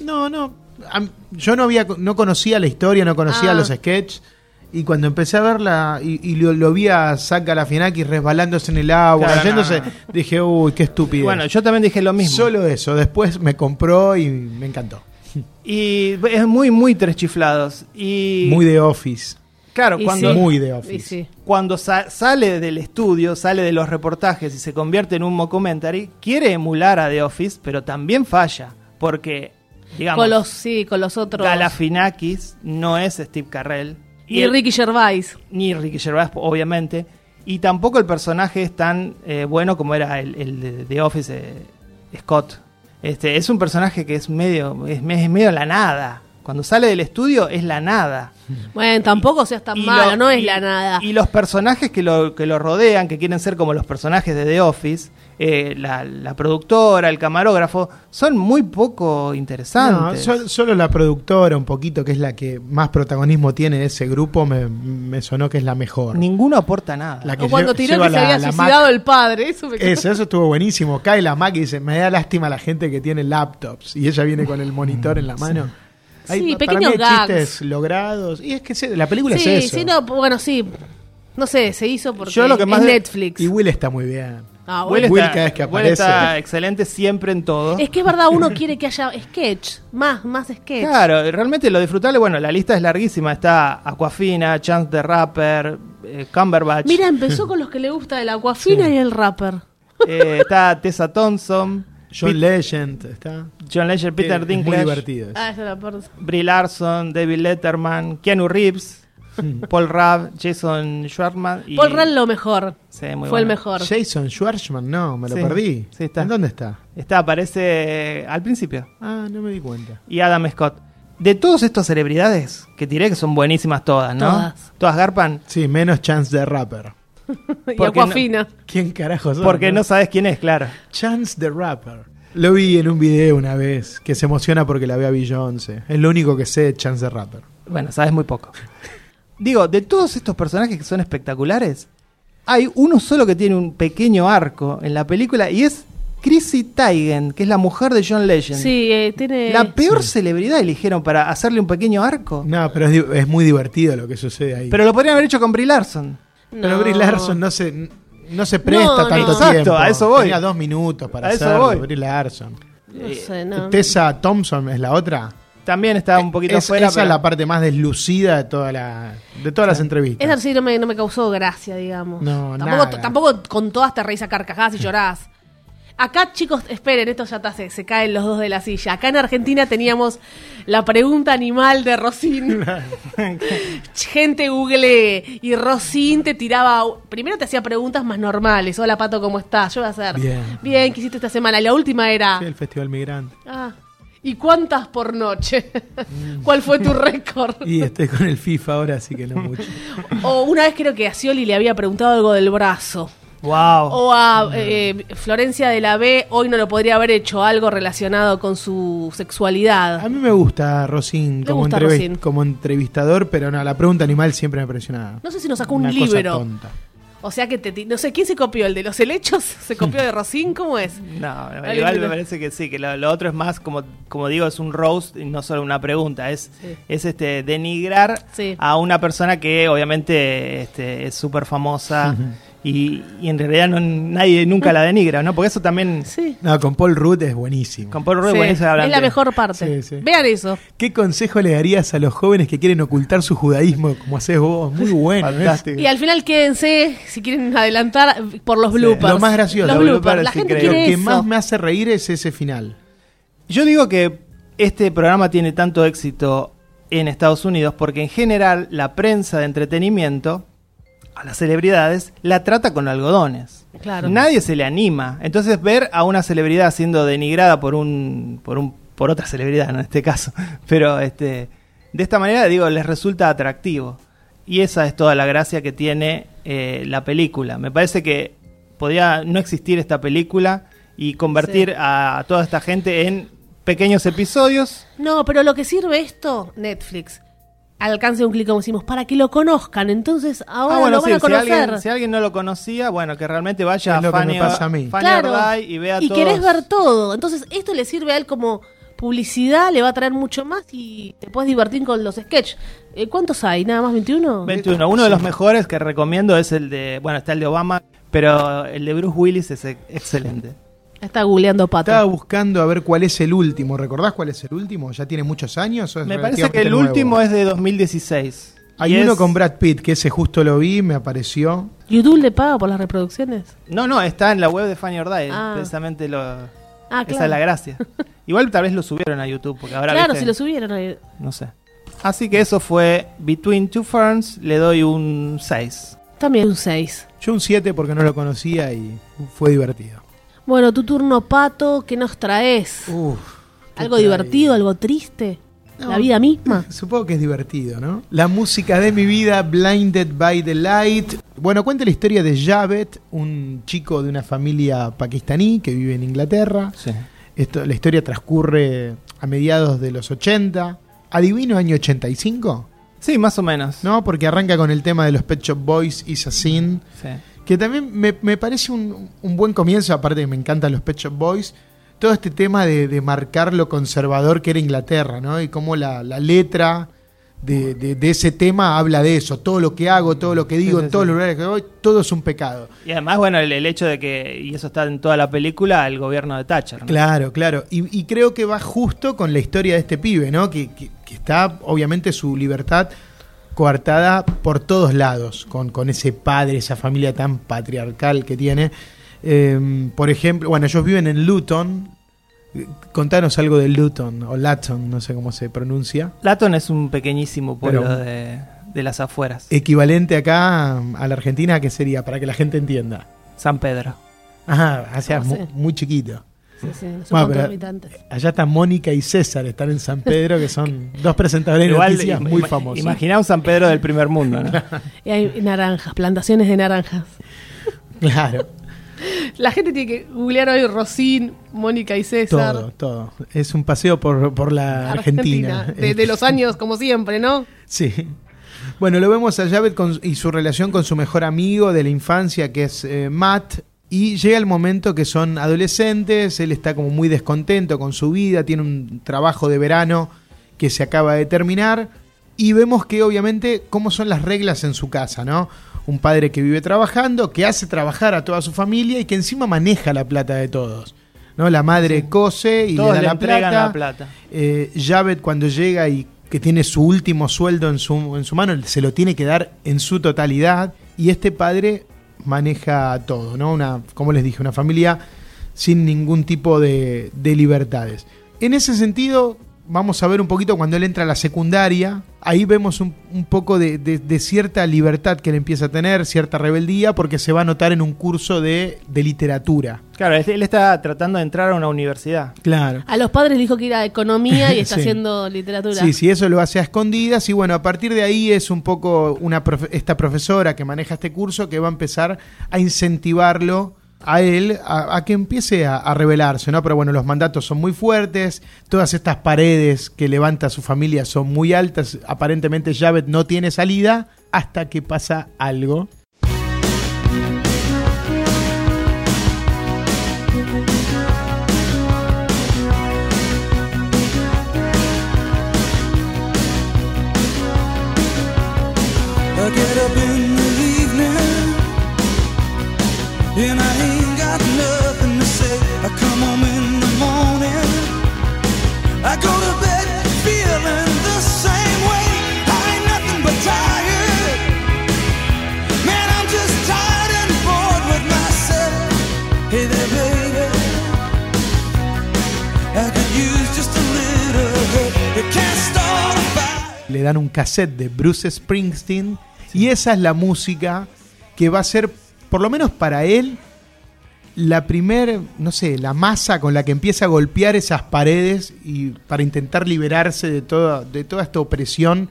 Speaker 4: No, no. am- Yo no había, no conocía la historia, no conocía
Speaker 2: Ah.
Speaker 4: los sketches. Y cuando empecé a verla y, y lo, lo vi a Zack Galafianakis resbalándose en el agua,
Speaker 3: Claro,
Speaker 4: cayéndose,
Speaker 3: no.
Speaker 4: dije, uy, qué estúpido.
Speaker 3: Bueno, yo también dije lo mismo.
Speaker 4: Solo eso. Después me compró y me encantó.
Speaker 3: Y es muy, muy tres chiflados. Y
Speaker 4: Muy de Office.
Speaker 3: claro,
Speaker 2: Y
Speaker 3: cuando,
Speaker 2: sí.
Speaker 4: Muy de
Speaker 2: Y
Speaker 4: Office.
Speaker 2: sí.
Speaker 3: cuando sa- sale del estudio, sale de los reportajes y se convierte en un mockumentary, quiere emular a The Office, pero también falla. Porque, digamos,
Speaker 2: Con los, sí, con los otros.
Speaker 3: Galafinakis no es Steve Carrell.
Speaker 2: y
Speaker 3: el-
Speaker 2: Ricky Gervais.
Speaker 3: ni Ricky Gervais, obviamente. Y tampoco el personaje es tan eh, bueno como era el, el de, de Office, eh, Scott. Este, es un personaje que es medio, es, me- es medio la nada. Cuando sale del estudio es la nada.
Speaker 2: Bueno, tampoco seas tan
Speaker 3: Y
Speaker 2: malo,
Speaker 3: lo-
Speaker 2: no es
Speaker 3: y-
Speaker 2: la nada.
Speaker 3: Y los personajes que lo, que lo rodean, que quieren ser como los personajes de The Office, eh, la, la productora, el camarógrafo, son muy poco
Speaker 4: No,
Speaker 3: interesantes.
Speaker 4: sol- solo la productora, un poquito, que es la que más protagonismo tiene de ese grupo, me, me sonó que es la mejor.
Speaker 3: Ninguno aporta nada.
Speaker 4: La
Speaker 2: o
Speaker 4: que
Speaker 2: cuando
Speaker 4: lle-
Speaker 2: tiró
Speaker 4: lleva
Speaker 2: que se
Speaker 4: la-
Speaker 2: había
Speaker 4: la
Speaker 2: suicidado
Speaker 4: Mac.
Speaker 2: el padre. Eso me
Speaker 4: Eso, eso estuvo buenísimo. Cae la Mac y dice, me da lástima la gente que tiene laptops. Y ella viene con el monitor en la mano.
Speaker 2: Sí,
Speaker 4: pa-
Speaker 2: pequeños gags.
Speaker 4: chistes logrados. Y es que se- la película
Speaker 2: sí,
Speaker 4: es eso.
Speaker 2: sí, no, bueno, sí. No sé, se hizo porque
Speaker 3: Yo lo que más
Speaker 2: es
Speaker 3: de-
Speaker 2: Netflix.
Speaker 4: Y Will está muy bien.
Speaker 2: Ah, bueno.
Speaker 3: Will
Speaker 4: Will
Speaker 3: está,
Speaker 4: cada vez que
Speaker 3: Will
Speaker 4: aparece.
Speaker 3: está excelente siempre en todo.
Speaker 2: Es que es verdad, uno quiere que haya sketch, más, más sketch.
Speaker 3: Claro, realmente lo disfrutable, bueno, la lista es larguísima, está Aquafina, Chance the Rapper, eh, Cumberbatch,
Speaker 2: Mira, empezó con los que le gusta el Aquafina y el rapper.
Speaker 3: eh, está Tessa Thompson,
Speaker 4: John
Speaker 3: Pete-
Speaker 4: Legend está.
Speaker 3: John Ledger,
Speaker 4: Es
Speaker 3: Peter
Speaker 4: Muy
Speaker 3: Dinklage,
Speaker 4: divertido.
Speaker 2: Ah, esa la parte.
Speaker 3: Brie Larson, David Letterman, Keanu Reeves, Paul Rudd, Jason Schwartzman y...
Speaker 2: Paul Rudd lo mejor.
Speaker 3: Sí, muy
Speaker 2: Fue
Speaker 3: bueno.
Speaker 2: el mejor.
Speaker 4: Jason Schwartzman, no, me lo
Speaker 3: Sí,
Speaker 4: perdí.
Speaker 3: sí, está.
Speaker 4: ¿En dónde está?
Speaker 3: Está, aparece eh, al principio.
Speaker 4: Ah, no me di cuenta.
Speaker 3: y Adam Scott. De todas estas celebridades que tiré, que son buenísimas todas, ¿no?
Speaker 2: Todas.
Speaker 3: garpan,
Speaker 4: Sí, menos Chance the Rapper.
Speaker 2: y
Speaker 3: porque no-
Speaker 2: Aquafina.
Speaker 4: ¿Quién carajo son,
Speaker 3: porque no sabes quién es, claro.
Speaker 4: Chance the Rapper. Lo vi en un video una vez, que se emociona porque la ve a Beyoncé. Es lo único que sé de Chance the Rapper.
Speaker 3: Bueno, sabes muy poco. Digo, de todos estos personajes que son espectaculares, hay uno solo que tiene un pequeño arco en la película y es Chrissy Teigen, que es la mujer de John Legend.
Speaker 2: Sí, eh, tiene.
Speaker 3: La peor celebridad eligieron para hacerle un pequeño arco.
Speaker 4: No, pero es, di- es muy divertido lo que sucede ahí.
Speaker 3: Pero lo podrían haber hecho con Brie Larson.
Speaker 2: No.
Speaker 4: Pero Brie Larson no se, no se presta
Speaker 2: No, no.
Speaker 4: tanto
Speaker 3: Exacto,
Speaker 4: tiempo.
Speaker 3: a eso voy.
Speaker 4: Tenía dos minutos para
Speaker 3: A eso
Speaker 4: hacerlo,
Speaker 3: voy.
Speaker 4: Brie Larson.
Speaker 2: No sé, no.
Speaker 4: Tessa Thompson es la otra.
Speaker 3: También está un poquito
Speaker 4: Es-
Speaker 3: fuera.
Speaker 4: esa es
Speaker 3: pero-
Speaker 4: la parte más deslucida de, toda la, de todas las entrevistas.
Speaker 2: Esa sí no me, no me causó gracia, digamos.
Speaker 4: No,
Speaker 2: tampoco,
Speaker 4: nada.
Speaker 2: tampoco con todas te reís a carcajadas y llorás. Acá, chicos, esperen, esto ya está, se, se caen los dos de la silla. Acá en Argentina teníamos la pregunta animal de Rosín. Gente googleé y Rosín te tiraba. Primero te hacía preguntas más normales. Hola, pato, ¿cómo estás? Yo voy a hacer.
Speaker 4: Bien.
Speaker 2: Bien, ¿qué hiciste esta semana? Y la última era.
Speaker 4: Sí, el Festival Migrante.
Speaker 2: Ah, ¿y cuántas por noche? ¿Cuál fue tu récord?
Speaker 4: Y estoy con el FIFA ahora, así que no mucho.
Speaker 2: O una vez creo que a Scioli le había preguntado algo del brazo.
Speaker 3: Wow.
Speaker 2: O a eh, Florencia de la B hoy no lo podría haber hecho algo relacionado con su
Speaker 4: A
Speaker 2: sexualidad.
Speaker 4: mí me gusta Rosín como,
Speaker 2: Ah. gusta
Speaker 4: entrevi-
Speaker 2: Rosin.
Speaker 4: como entrevistador, pero no, la pregunta animal siempre me presionaba.
Speaker 2: No sé si nos sacó un
Speaker 4: Una cosa
Speaker 2: libro.
Speaker 4: tonta.
Speaker 2: O sea que te, ti- no sé quién se copió, el de los helechos, se copió de Rosín, ¿cómo es?
Speaker 3: No,
Speaker 2: Dale,
Speaker 3: igual
Speaker 2: Lula.
Speaker 3: me parece que sí, que lo, lo otro es más, como, como digo, es un roast y no solo una pregunta, es,
Speaker 2: Sí.
Speaker 3: es este denigrar
Speaker 2: Sí.
Speaker 3: a una persona que obviamente este, es súper famosa y, y en realidad no, nadie nunca la denigra, ¿no? Porque eso también
Speaker 2: Sí.
Speaker 4: No, con Paul Rudd es buenísimo.
Speaker 3: con Paul Rudd
Speaker 2: Sí,
Speaker 3: bueno,
Speaker 2: es
Speaker 3: eso hablan
Speaker 2: la
Speaker 3: de-
Speaker 2: mejor parte.
Speaker 4: Sí, sí.
Speaker 2: Vean eso.
Speaker 4: ¿Qué consejo le darías a los jóvenes que quieren ocultar su judaísmo como haces vos? Muy bueno. ¿eh? ¿no?
Speaker 3: Fantástico.
Speaker 2: Y al final quédense, si quieren adelantar, por los bloopers.
Speaker 4: Lo más gracioso,
Speaker 2: Los
Speaker 4: los
Speaker 2: bloopers.
Speaker 3: bloopers
Speaker 2: La
Speaker 3: es
Speaker 2: gente
Speaker 4: Lo
Speaker 3: increíble.
Speaker 2: quiere
Speaker 4: que
Speaker 2: eso.
Speaker 4: más me hace reír es ese final.
Speaker 3: Yo digo que este programa tiene tanto éxito en Estados Unidos porque en general la prensa de entretenimiento a las celebridades la trata con algodones.
Speaker 2: Claro.
Speaker 3: Nadie se le anima. Entonces ver a una celebridad siendo denigrada por un por un por otra celebridad, ¿no? en este caso, pero este de esta manera digo les resulta atractivo y esa es toda la gracia que tiene eh, la película. Me parece que podía no existir esta película y convertir a toda esta gente en pequeños episodios.
Speaker 2: No, pero lo que sirve esto, Netflix, alcance un clic como decimos, para que lo conozcan. Entonces ahora
Speaker 3: Ah, bueno,
Speaker 2: lo van
Speaker 3: sí,
Speaker 2: a conocer.
Speaker 3: Si alguien, si alguien no lo conocía, bueno, que realmente vaya
Speaker 4: Es lo
Speaker 3: a
Speaker 4: que me
Speaker 3: Fanny,
Speaker 4: pasa a mí.
Speaker 3: Fanny or Die y vea todos.
Speaker 2: querés ver todo. Entonces esto le sirve a él como publicidad le va a traer mucho más y te puedes divertir con los sketches. Eh, ¿Cuántos hay? ¿Nada más 21?
Speaker 3: 21. Uno de los mejores que recomiendo es el de. Bueno, está el de Obama, pero el de Bruce Willis es e- excelente.
Speaker 2: Está googleando pato.
Speaker 4: Estaba buscando a ver cuál es el último. ¿Recordás cuál es el último? ¿Ya tiene muchos años? o es
Speaker 3: Me parece que el
Speaker 4: relativamente
Speaker 3: último
Speaker 4: nuevo?
Speaker 3: es de 2016.
Speaker 4: Hay
Speaker 3: Y
Speaker 4: uno
Speaker 3: es-
Speaker 4: con Brad Pitt, que ese justo lo vi, me apareció.
Speaker 2: ¿YouTube le paga por las reproducciones?
Speaker 3: No, no, está en la web de Funny or Die.
Speaker 2: Ah.
Speaker 3: Precisamente lo.
Speaker 2: Ah, claro.
Speaker 3: Esa es la gracia. Igual tal vez lo subieron a YouTube, porque ahora
Speaker 2: claro,
Speaker 3: viste-
Speaker 2: si lo subieron. eh,
Speaker 3: No sé. Así que eso fue Between Two Ferns. Le doy un 6.
Speaker 2: También un 6.
Speaker 4: Yo un 7 porque no lo conocía y fue divertido.
Speaker 2: Bueno, tu turno, pato. ¿Qué nos traes?
Speaker 4: Uf, qué
Speaker 2: ¿Algo
Speaker 4: traído.
Speaker 2: divertido? ¿Algo triste?
Speaker 4: No.
Speaker 2: ¿La vida misma?
Speaker 4: Supongo que es divertido, ¿no? La música de mi vida, Blinded by the Light. Bueno, cuenta la historia de Javed, un chico de una familia pakistaní que vive en Inglaterra.
Speaker 3: Sí.
Speaker 4: Esto, la historia transcurre a mediados de los 80. ¿Adivino año 85?
Speaker 3: Sí, más o menos.
Speaker 4: No, porque arranca con el tema de los Pet Shop Boys y Sin.
Speaker 3: Sí.
Speaker 4: Que también me, me parece un, un buen comienzo, aparte que me encantan los Pet Shop Boys. Todo este tema de, de marcar lo conservador que era Inglaterra, ¿no? Y cómo la, la letra de, de- de ese tema habla de eso. Todo lo que hago, todo lo que
Speaker 3: Sí,
Speaker 4: digo,
Speaker 3: sí,
Speaker 4: en todos
Speaker 3: sí.
Speaker 4: los lugares que voy, todo es un pecado.
Speaker 3: Y además, bueno, el, el hecho de que, y eso está en toda la película, el gobierno de Thatcher. ¿no?
Speaker 4: Claro, claro. Y, y creo que va justo con la historia de este pibe, ¿no? Que, que- que está, obviamente, su libertad coartada por todos lados, con, con ese padre, esa familia tan patriarcal que tiene. Eh, por ejemplo, bueno, ellos viven en Luton. Eh, Contanos algo de Luton, o Laton, no sé cómo se pronuncia.
Speaker 3: Laton es un pequeñísimo pueblo
Speaker 4: Pero-
Speaker 3: de, de las afueras.
Speaker 4: Equivalente acá a la Argentina, que sería? Para que la gente entienda.
Speaker 3: San Pedro.
Speaker 4: Ajá, o sea,
Speaker 2: No
Speaker 4: mu-
Speaker 2: sé.
Speaker 4: muy, chiquito.
Speaker 2: Sí, sí, no sé
Speaker 4: Bueno,
Speaker 2: cuántos
Speaker 4: pero-
Speaker 2: habitantes.
Speaker 4: Allá están Mónica y César, están en San Pedro, que son dos presentadores
Speaker 3: Igual,
Speaker 4: de noticias
Speaker 3: im-
Speaker 4: muy
Speaker 3: ima-
Speaker 4: famosos.
Speaker 3: Imagina un San Pedro del primer mundo, ¿no?
Speaker 2: Y hay naranjas, plantaciones de naranjas.
Speaker 4: Claro,
Speaker 2: La gente tiene que googlear hoy Rosín, Mónica y César.
Speaker 4: todo, todo. Es un paseo por, por la Argentina.
Speaker 2: De, de los años, como siempre, ¿no?
Speaker 4: Sí. Bueno, lo vemos a Javed con- y su relación con su mejor amigo de la infancia, que es eh, Matt. Y llega el momento que son adolescentes, él está como muy descontento con su vida, tiene un trabajo de verano que se acaba de terminar. Y vemos que obviamente cómo son las reglas en su casa, ¿no? Un padre que vive trabajando, que hace trabajar a toda su familia y que encima maneja la plata de todos. ¿No? La madre cose y
Speaker 3: Todos
Speaker 4: le da
Speaker 3: le
Speaker 4: la
Speaker 3: entregan
Speaker 4: plata.
Speaker 3: la plata.
Speaker 4: Eh, Javed cuando llega y que tiene su último sueldo en su, en su mano, se lo tiene que dar en su totalidad. Y este padre maneja todo, ¿no? Una, como les dije, una familia sin ningún tipo de, de libertades. En ese sentido, vamos a ver un poquito cuando él entra a la secundaria. Ahí vemos un, un poco de, de- de cierta libertad que él empieza a tener, cierta rebeldía, porque se va a notar en un curso de, de literatura.
Speaker 3: Claro, este, él él está tratando de entrar a una universidad.
Speaker 4: Claro.
Speaker 2: A los padres le dijo que era economía y está
Speaker 4: Sí.
Speaker 2: haciendo literatura.
Speaker 4: Sí, sí, eso lo hace a escondidas y bueno, a partir de ahí es un poco una profe- esta profesora que maneja este curso que va a empezar a incentivarlo a él a, a que empiece a, a rebelarse, ¿no? Pero bueno, los mandatos son muy fuertes, todas estas paredes que levanta su familia son muy altas, aparentemente Javed no tiene salida hasta que pasa algo.
Speaker 1: I get up in the evening and I ain't got nothing to say. I come home in the morning. I go to bed feeling the same way. I ain't nothing but tired. Man, I'm just tired and bored with myself. Hey there, baby. I could use just a little help. You can't start a fire.
Speaker 4: le dan un cassette de Bruce Springsteen y esa es la música que va a ser, por lo menos para él, la primer, no sé, la masa con la que empieza a golpear esas paredes y para intentar liberarse de toda, de toda esta opresión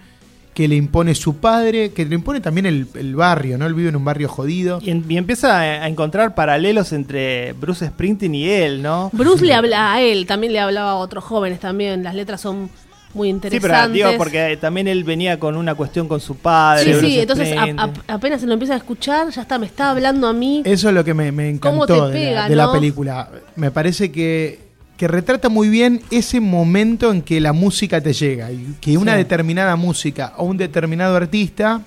Speaker 4: que le impone su padre, que le impone también el, el barrio, ¿no? Él vive en un barrio jodido.
Speaker 3: Y, en- y empieza a a encontrar paralelos entre Bruce Springsteen y él, ¿no?
Speaker 2: Bruce le habla a él, también le hablaba a otros jóvenes también. Las letras son muy
Speaker 3: Sí,
Speaker 2: interesantes.
Speaker 3: pero digo, porque también él venía con una cuestión con su padre.
Speaker 2: Sí,
Speaker 3: Bruce
Speaker 2: sí, entonces a-
Speaker 3: Springsteen.
Speaker 2: a- apenas se lo empieza a escuchar, ya está, me está hablando a mí.
Speaker 4: Eso es lo que me, me encantó
Speaker 2: ¿Cómo te
Speaker 4: de, la-
Speaker 2: pega,
Speaker 4: de la,
Speaker 2: no?
Speaker 4: película. Me parece que que retrata muy bien ese momento en que la música te llega y que una
Speaker 3: Sí.
Speaker 4: determinada música o un determinado artista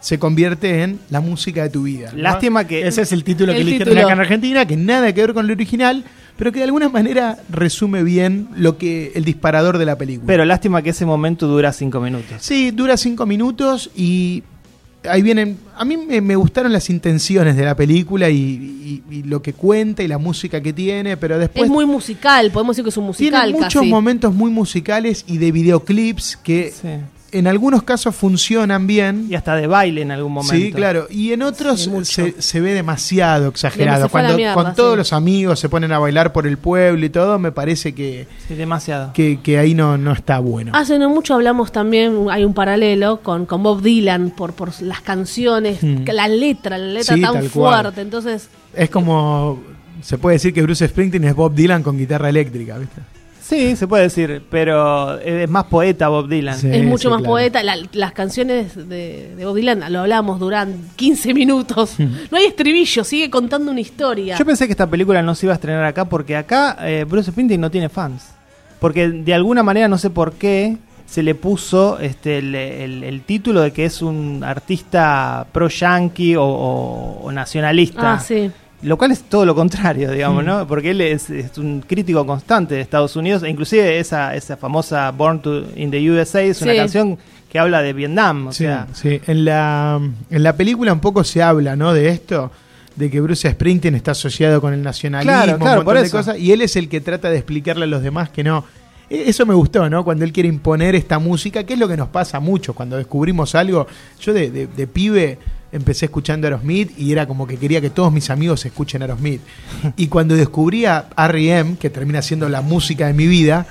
Speaker 4: se convierte en la música de tu vida. ¿no?
Speaker 3: Lástima que.
Speaker 4: Ese es el título que
Speaker 2: El
Speaker 4: eligieron
Speaker 2: título.
Speaker 4: acá en Argentina, que nada que ver con el original, pero que de alguna manera resume bien lo que el disparador de la película.
Speaker 3: Pero lástima que ese momento dura cinco minutos.
Speaker 4: Sí, dura cinco minutos y ahí vienen. A mí me, me gustaron las intenciones de la película y, y- y lo que cuenta y la música que tiene, pero después.
Speaker 2: es muy musical, podemos decir que es un musical
Speaker 4: pues tiene muchos
Speaker 2: casi.
Speaker 4: momentos muy musicales y de videoclips que
Speaker 3: Sí.
Speaker 4: en algunos casos funcionan bien.
Speaker 3: Y hasta de baile en algún momento.
Speaker 4: Sí, claro. Y en otros
Speaker 2: Sí, mucho.
Speaker 4: se, se ve demasiado exagerado.
Speaker 2: Se fue a la
Speaker 4: Cuando
Speaker 2: mierda,
Speaker 4: con todos
Speaker 2: sí.
Speaker 4: los amigos se ponen a bailar por el pueblo y todo, me parece que,
Speaker 3: Sí, demasiado.
Speaker 4: que, que ahí no, no está bueno.
Speaker 2: Hace no mucho hablamos también, hay un paralelo con, con Bob Dylan por, por las canciones,
Speaker 4: Mm.
Speaker 2: que la letra, la letra
Speaker 4: Sí,
Speaker 2: tan
Speaker 4: tal cual.
Speaker 2: fuerte. Entonces,
Speaker 4: Es como. Se puede decir que Bruce Springsteen es Bob Dylan con guitarra eléctrica, ¿viste?
Speaker 3: Sí, se puede decir, pero es más poeta Bob Dylan.
Speaker 4: Sí.
Speaker 2: es mucho más
Speaker 4: claro.
Speaker 2: poeta. La- las canciones de, de Bob Dylan, lo hablamos, duran 15 minutos.
Speaker 4: Mm.
Speaker 2: No hay estribillo, sigue contando una historia.
Speaker 3: Yo pensé que esta película no se iba a estrenar acá porque acá eh, Bruce Springsteen no tiene fans. Porque de alguna manera, no sé por qué, se le puso este, el, el- el título de que es un artista pro-yankee o, o- o nacionalista.
Speaker 2: ah, sí. Mm.
Speaker 3: Lo cual es todo lo contrario, digamos, ¿no? Porque él es, es un crítico constante de Estados Unidos. E inclusive esa, esa famosa Born to, in the USA es una
Speaker 2: Sí.
Speaker 3: canción que habla de Vietnam. O
Speaker 4: sí,
Speaker 3: sea,
Speaker 4: sí. En la, en la película un poco se habla, ¿no? De esto, de que Bruce Springsteen está asociado con el nacionalismo,
Speaker 3: Claro,
Speaker 4: un
Speaker 3: claro,
Speaker 4: montón
Speaker 3: por
Speaker 4: de
Speaker 3: eso.
Speaker 4: cosas, y él es el que trata de explicarle a los demás que no. E- Eso me gustó, ¿no? Cuando él quiere imponer esta música, que es lo que nos pasa mucho cuando descubrimos algo. Yo de, de- de pibe empecé escuchando Aerosmith y era como que quería que todos mis amigos escuchen Aerosmith. Y cuando descubrí a R.E.M., que termina siendo la música de mi vida,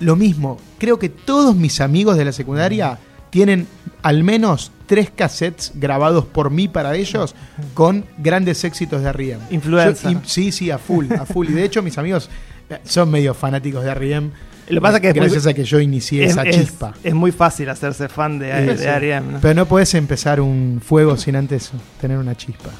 Speaker 4: lo mismo. Creo que todos mis amigos de la secundaria tienen al menos tres cassettes grabados por mí para ellos con grandes éxitos de R.E.M.
Speaker 3: Influenza.
Speaker 4: Yo- y- Sí, sí, a full, a full. Y de hecho, mis amigos eh, son medio fanáticos de R.E.M.
Speaker 3: Lo que pasa que después-
Speaker 4: Gracias a que yo inicié esa chispa.
Speaker 3: es muy fácil hacerse fan de,
Speaker 4: Sí,
Speaker 3: de
Speaker 4: sí.
Speaker 3: R.E.M., ¿no?
Speaker 4: Pero no puedes empezar un fuego sin antes tener una chispa.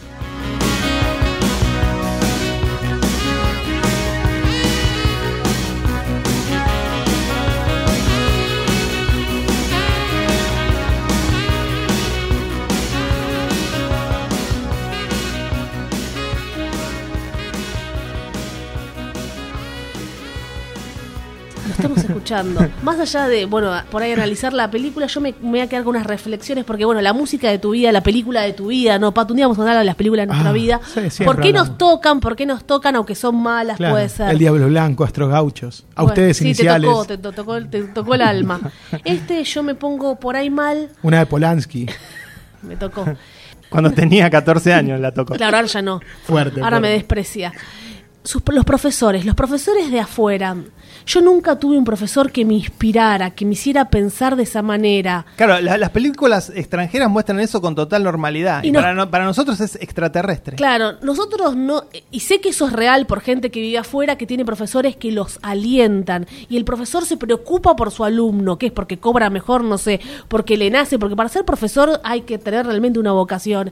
Speaker 2: Lo estamos escuchando. Más allá de, bueno, por ahí analizar la película, yo me, me voy a quedar con unas reflexiones porque, bueno, la música de tu vida, la película de tu vida, ¿no? Pato, un día vamos a hablar de las películas de nuestra
Speaker 4: Ah,
Speaker 2: vida.
Speaker 4: sí, siempre
Speaker 2: ¿Por qué
Speaker 4: hablamos.
Speaker 2: nos tocan? ¿Por qué nos tocan? Aunque son malas,
Speaker 4: Claro,
Speaker 2: puede ser.
Speaker 4: El Diablo Blanco, Astros Gauchos. A
Speaker 2: Bueno,
Speaker 4: ustedes
Speaker 2: sí,
Speaker 4: iniciales.
Speaker 2: Te tocó, te, to- tocó, el- te tocó el alma. Este yo me pongo por ahí mal,
Speaker 4: Una de Polanski.
Speaker 2: me tocó.
Speaker 3: Cuando tenía 14 años la tocó.
Speaker 2: Claro, ahora ya no.
Speaker 4: Fuerte,
Speaker 2: Ahora me
Speaker 4: fuerte.
Speaker 2: desprecia. Sus- los profesores, los profesores de afuera. Yo nunca tuve un profesor que me inspirara, que me hiciera pensar de esa manera.
Speaker 3: Claro, la- las películas extranjeras muestran eso con total normalidad. Y,
Speaker 2: Y no-
Speaker 3: para, no- para nosotros es extraterrestre.
Speaker 2: Claro, nosotros no, y sé que eso es real por gente que vive afuera, que tiene profesores que los alientan, y el profesor se preocupa por su alumno, que es porque cobra mejor, no sé, porque le nace, porque para ser profesor hay que tener realmente una vocación.